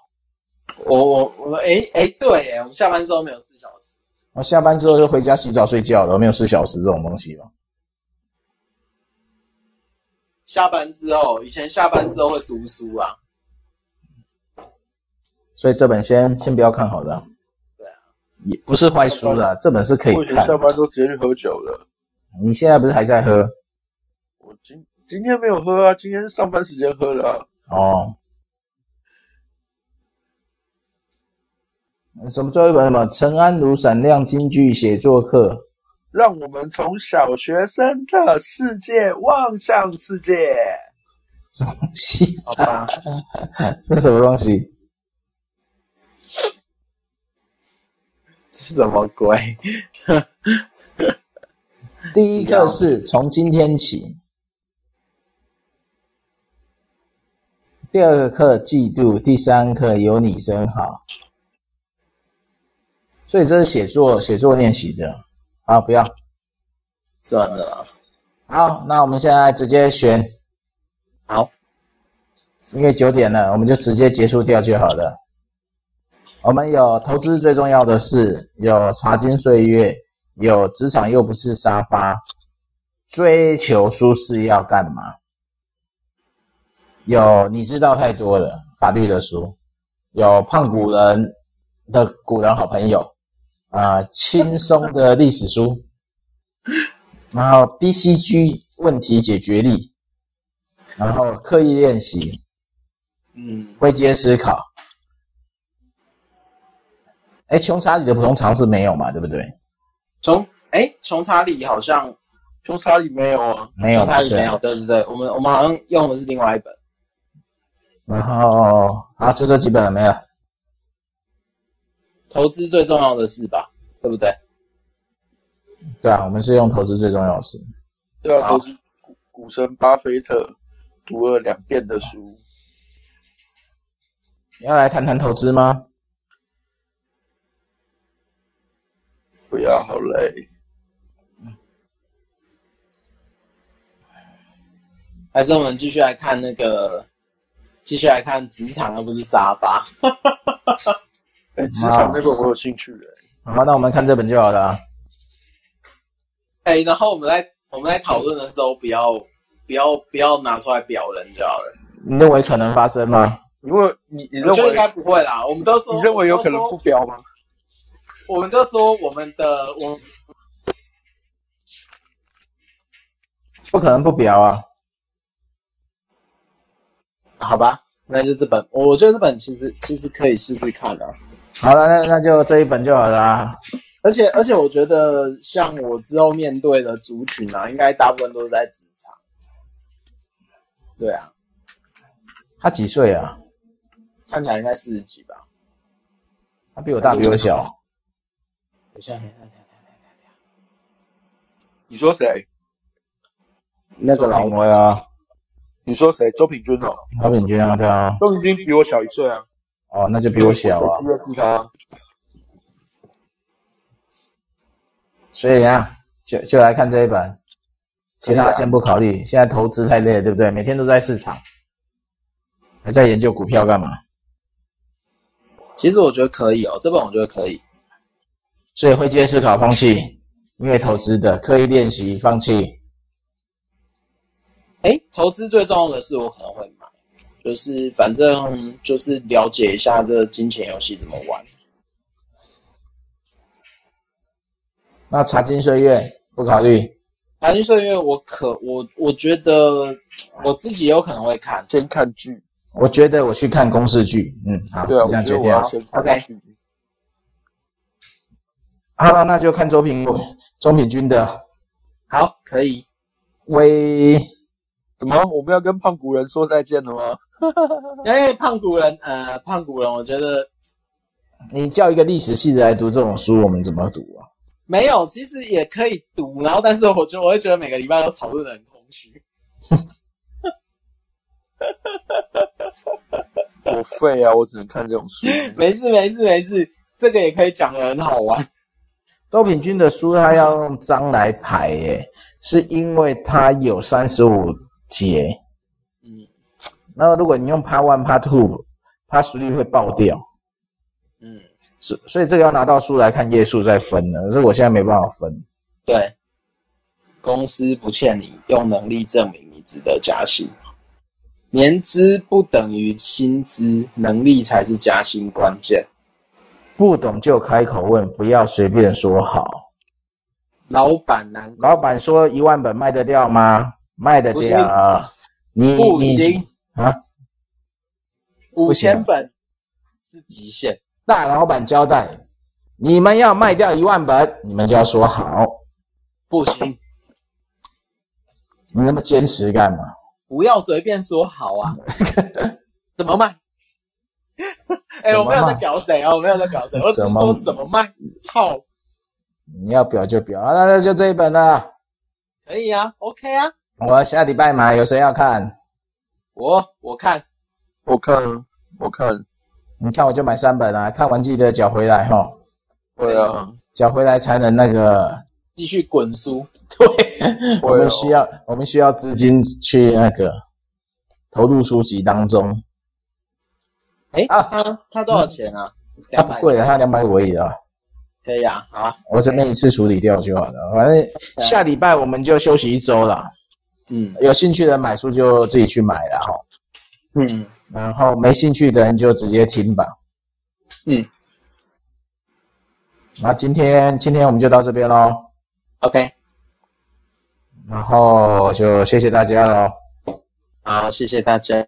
[SPEAKER 2] 我我我，哎哎，对耶，我们下班之后没有四小时，
[SPEAKER 1] 我下班之后就回家洗澡睡觉了，我没有四小时这种东西哦。
[SPEAKER 2] 下班之后，以前下班之后会读书啊，
[SPEAKER 1] 所以这本先先不要看好了。
[SPEAKER 2] 对啊，
[SPEAKER 1] 也不是坏书啦，这本是可
[SPEAKER 3] 我
[SPEAKER 1] 以
[SPEAKER 3] 以前
[SPEAKER 1] 看。
[SPEAKER 3] 下班都直接去喝酒了。
[SPEAKER 1] 你现在不是还在喝？
[SPEAKER 3] 我今今天没有喝啊，今天是上班时间喝的啊。
[SPEAKER 1] 哦。什么最后一本什么《陈安如闪亮京剧写作课》？
[SPEAKER 3] 让我们从小学生的世界望向世界。
[SPEAKER 1] 什么东西？
[SPEAKER 2] 好吧，
[SPEAKER 1] 这什么东西？
[SPEAKER 2] 这是什么鬼？
[SPEAKER 1] 第一课是从今天起。第二个课嫉妒，第三课有你真好。所以这是写作写作练习的啊，不要
[SPEAKER 2] 算了啦，
[SPEAKER 1] 好，那我们现在直接选，
[SPEAKER 2] 好，
[SPEAKER 1] 因为九点了，我们就直接结束掉就好了。我们有投资最重要的事，有茶金岁月，有职场又不是沙发，追求舒适要干嘛？有你知道太多了，法律的书，有胖古人的古人好朋友，啊、轻松的历史书，然后 BCG 问题解决力，然后刻意练习，
[SPEAKER 2] 嗯，
[SPEAKER 1] 会接思考。哎，穷查理的普通常识没有嘛？对不对？
[SPEAKER 2] 从哎穷查理好像
[SPEAKER 3] 穷查理没有啊，
[SPEAKER 1] 没有
[SPEAKER 2] 穷查
[SPEAKER 1] 嘛，
[SPEAKER 2] 理
[SPEAKER 1] 是
[SPEAKER 2] 没
[SPEAKER 1] 啊。
[SPEAKER 2] 有，对对对，我们我们好像用的是另外一本，
[SPEAKER 1] 然后好，就这几本了，没了。
[SPEAKER 2] 投资最重要的事吧，对不对？
[SPEAKER 1] 对啊，我们是用投资最重要的事。
[SPEAKER 3] 对啊，
[SPEAKER 2] 好
[SPEAKER 3] 都是股股神巴菲特读了两遍的书。
[SPEAKER 1] 你要来谈谈投资吗？
[SPEAKER 3] 不要，好累。
[SPEAKER 2] 还是我们继续来看那个，继续来看职场而不是沙发。
[SPEAKER 3] 哎，职场那个我有兴趣的、
[SPEAKER 1] 好，那我们看这本就好了啊。
[SPEAKER 2] 哎，然后我们在我们在讨论的时候，不要不要不要拿出来表人就好了。
[SPEAKER 1] 你认为可能发生吗？
[SPEAKER 3] 如果你你认
[SPEAKER 2] 我觉得
[SPEAKER 3] 为
[SPEAKER 2] 应该不会啦，我们都说
[SPEAKER 3] 你认为有可能
[SPEAKER 2] 我
[SPEAKER 3] 不
[SPEAKER 2] 们都说
[SPEAKER 3] 标吗？
[SPEAKER 2] 我们就说我们的我
[SPEAKER 1] 不可能不表啊。
[SPEAKER 2] 好吧，那就这本，我觉得这本其实其实可以试试看啊。
[SPEAKER 1] 好了，那那就这一本就好了啊。
[SPEAKER 2] 而且而且，我觉得像我之后面对的族群啊，应该大部分都是在职场。对啊，
[SPEAKER 1] 他几岁啊？
[SPEAKER 2] 看起来应该四十几吧。
[SPEAKER 1] 他比我大，比我小。
[SPEAKER 2] 我现在
[SPEAKER 3] 你说谁？
[SPEAKER 2] 那个老
[SPEAKER 1] 对啊，
[SPEAKER 3] 你说谁？周品君哦，
[SPEAKER 1] 他平均啊，对啊，
[SPEAKER 3] 周品君比我小一岁啊，
[SPEAKER 1] 哦，那就比我小啊
[SPEAKER 3] 我，记得是他。
[SPEAKER 1] 所以啊，就就来看这一本，其他
[SPEAKER 3] 啊
[SPEAKER 1] 先不考虑，现在投资太累了，对不对？每天都在市场，还在研究股票干嘛？
[SPEAKER 2] 其实我觉得可以哦，这本我觉得可以。
[SPEAKER 1] 所以会接思考、放弃，因为投资的刻意练习、放弃，
[SPEAKER 2] 哎，投资最重要的是我可能会买，就是反正就是了解一下这个金钱游戏怎么玩。
[SPEAKER 1] 那茶金岁月不考虑，
[SPEAKER 2] 财经岁月，我可我我觉得我自己有可能会看，
[SPEAKER 3] 先看剧，
[SPEAKER 1] 我觉得我去看公式剧，嗯，好，
[SPEAKER 3] 对啊，
[SPEAKER 1] 就
[SPEAKER 3] 我
[SPEAKER 1] 这样
[SPEAKER 3] 觉
[SPEAKER 1] 决
[SPEAKER 3] 得我
[SPEAKER 1] 定
[SPEAKER 3] 要
[SPEAKER 1] 了。
[SPEAKER 3] 先看剧。啊
[SPEAKER 1] 好了，那就看周平周平君的
[SPEAKER 2] 好，可以。
[SPEAKER 1] 微，
[SPEAKER 3] 怎么？我们要跟胖古人说再见了吗？
[SPEAKER 2] 哎，胖古人，呃，胖古人，我觉得
[SPEAKER 1] 你叫一个历史系的来读这种书，我们怎么读啊？
[SPEAKER 2] 没有，其实也可以读，然后但是我觉得我会觉得每个礼拜都讨论的很空虚。
[SPEAKER 3] 我废啊！我只能看这种书。
[SPEAKER 2] 没事没事没事，这个也可以讲的很好玩。
[SPEAKER 1] 周平君的书他要用章来排，耶，是因为他有三十五节，
[SPEAKER 2] 嗯
[SPEAKER 1] 那如果你用 Part One、Part Two、Part Three 会爆掉。
[SPEAKER 2] 嗯，
[SPEAKER 1] 所所以这个要拿到书来看页数再分呢，这我现在没办法分。
[SPEAKER 2] 对，公司不欠你，用能力证明你值得加薪。年资不等于薪资，能力才是加薪关键。
[SPEAKER 1] 不懂就开口问，不要随便说好。
[SPEAKER 2] 老板难
[SPEAKER 1] 老板说一万本卖得掉吗？卖得掉啊。你
[SPEAKER 2] 不
[SPEAKER 1] 你
[SPEAKER 2] 行
[SPEAKER 1] 啊！
[SPEAKER 2] 五
[SPEAKER 1] 不行啊
[SPEAKER 2] 千本是极限。
[SPEAKER 1] 大老板交代，你们要卖掉一万本，你们就要说好。
[SPEAKER 2] 不行，
[SPEAKER 1] 你那么坚持干嘛？
[SPEAKER 2] 不要随便说好啊！怎么卖？哎、
[SPEAKER 1] 怎么卖
[SPEAKER 2] 我没有在表谁啊，我没有在表谁，我只是
[SPEAKER 1] 怎么
[SPEAKER 2] 说怎么卖。好，
[SPEAKER 1] 你要表就表啊，那那就这一本了。
[SPEAKER 2] 可以啊，OK 啊，
[SPEAKER 1] 我下礼拜买，有谁要看？
[SPEAKER 2] 我我看
[SPEAKER 3] 我看啊，我看。
[SPEAKER 1] 你看我就买三本啊，看完记得缴回来哈、哦，
[SPEAKER 3] 对啊，
[SPEAKER 1] 缴回来才能那个
[SPEAKER 2] 继续滚书。哦
[SPEAKER 1] 我
[SPEAKER 3] 对
[SPEAKER 1] 们
[SPEAKER 3] 啊
[SPEAKER 1] 需要我们需要资金去那个投入书籍当中，
[SPEAKER 2] 哎、
[SPEAKER 1] 啊
[SPEAKER 2] 他他多少钱啊？
[SPEAKER 1] 它
[SPEAKER 2] 两
[SPEAKER 1] 不
[SPEAKER 2] 百
[SPEAKER 1] 贵的，它两百五而已的，
[SPEAKER 2] 可以啊，好啊，
[SPEAKER 1] 我这边一次处理掉就好了。反正下礼拜我们就休息一周啦，
[SPEAKER 2] 嗯
[SPEAKER 1] 有兴趣的买书就自己去买了哈，
[SPEAKER 2] 嗯，
[SPEAKER 1] 然后没兴趣的人就直接听吧。
[SPEAKER 2] 嗯，
[SPEAKER 1] 那今天今天我们就到这边喽，
[SPEAKER 2] ，OK，
[SPEAKER 1] 然后就谢谢大家喽。
[SPEAKER 2] 好，谢谢大家。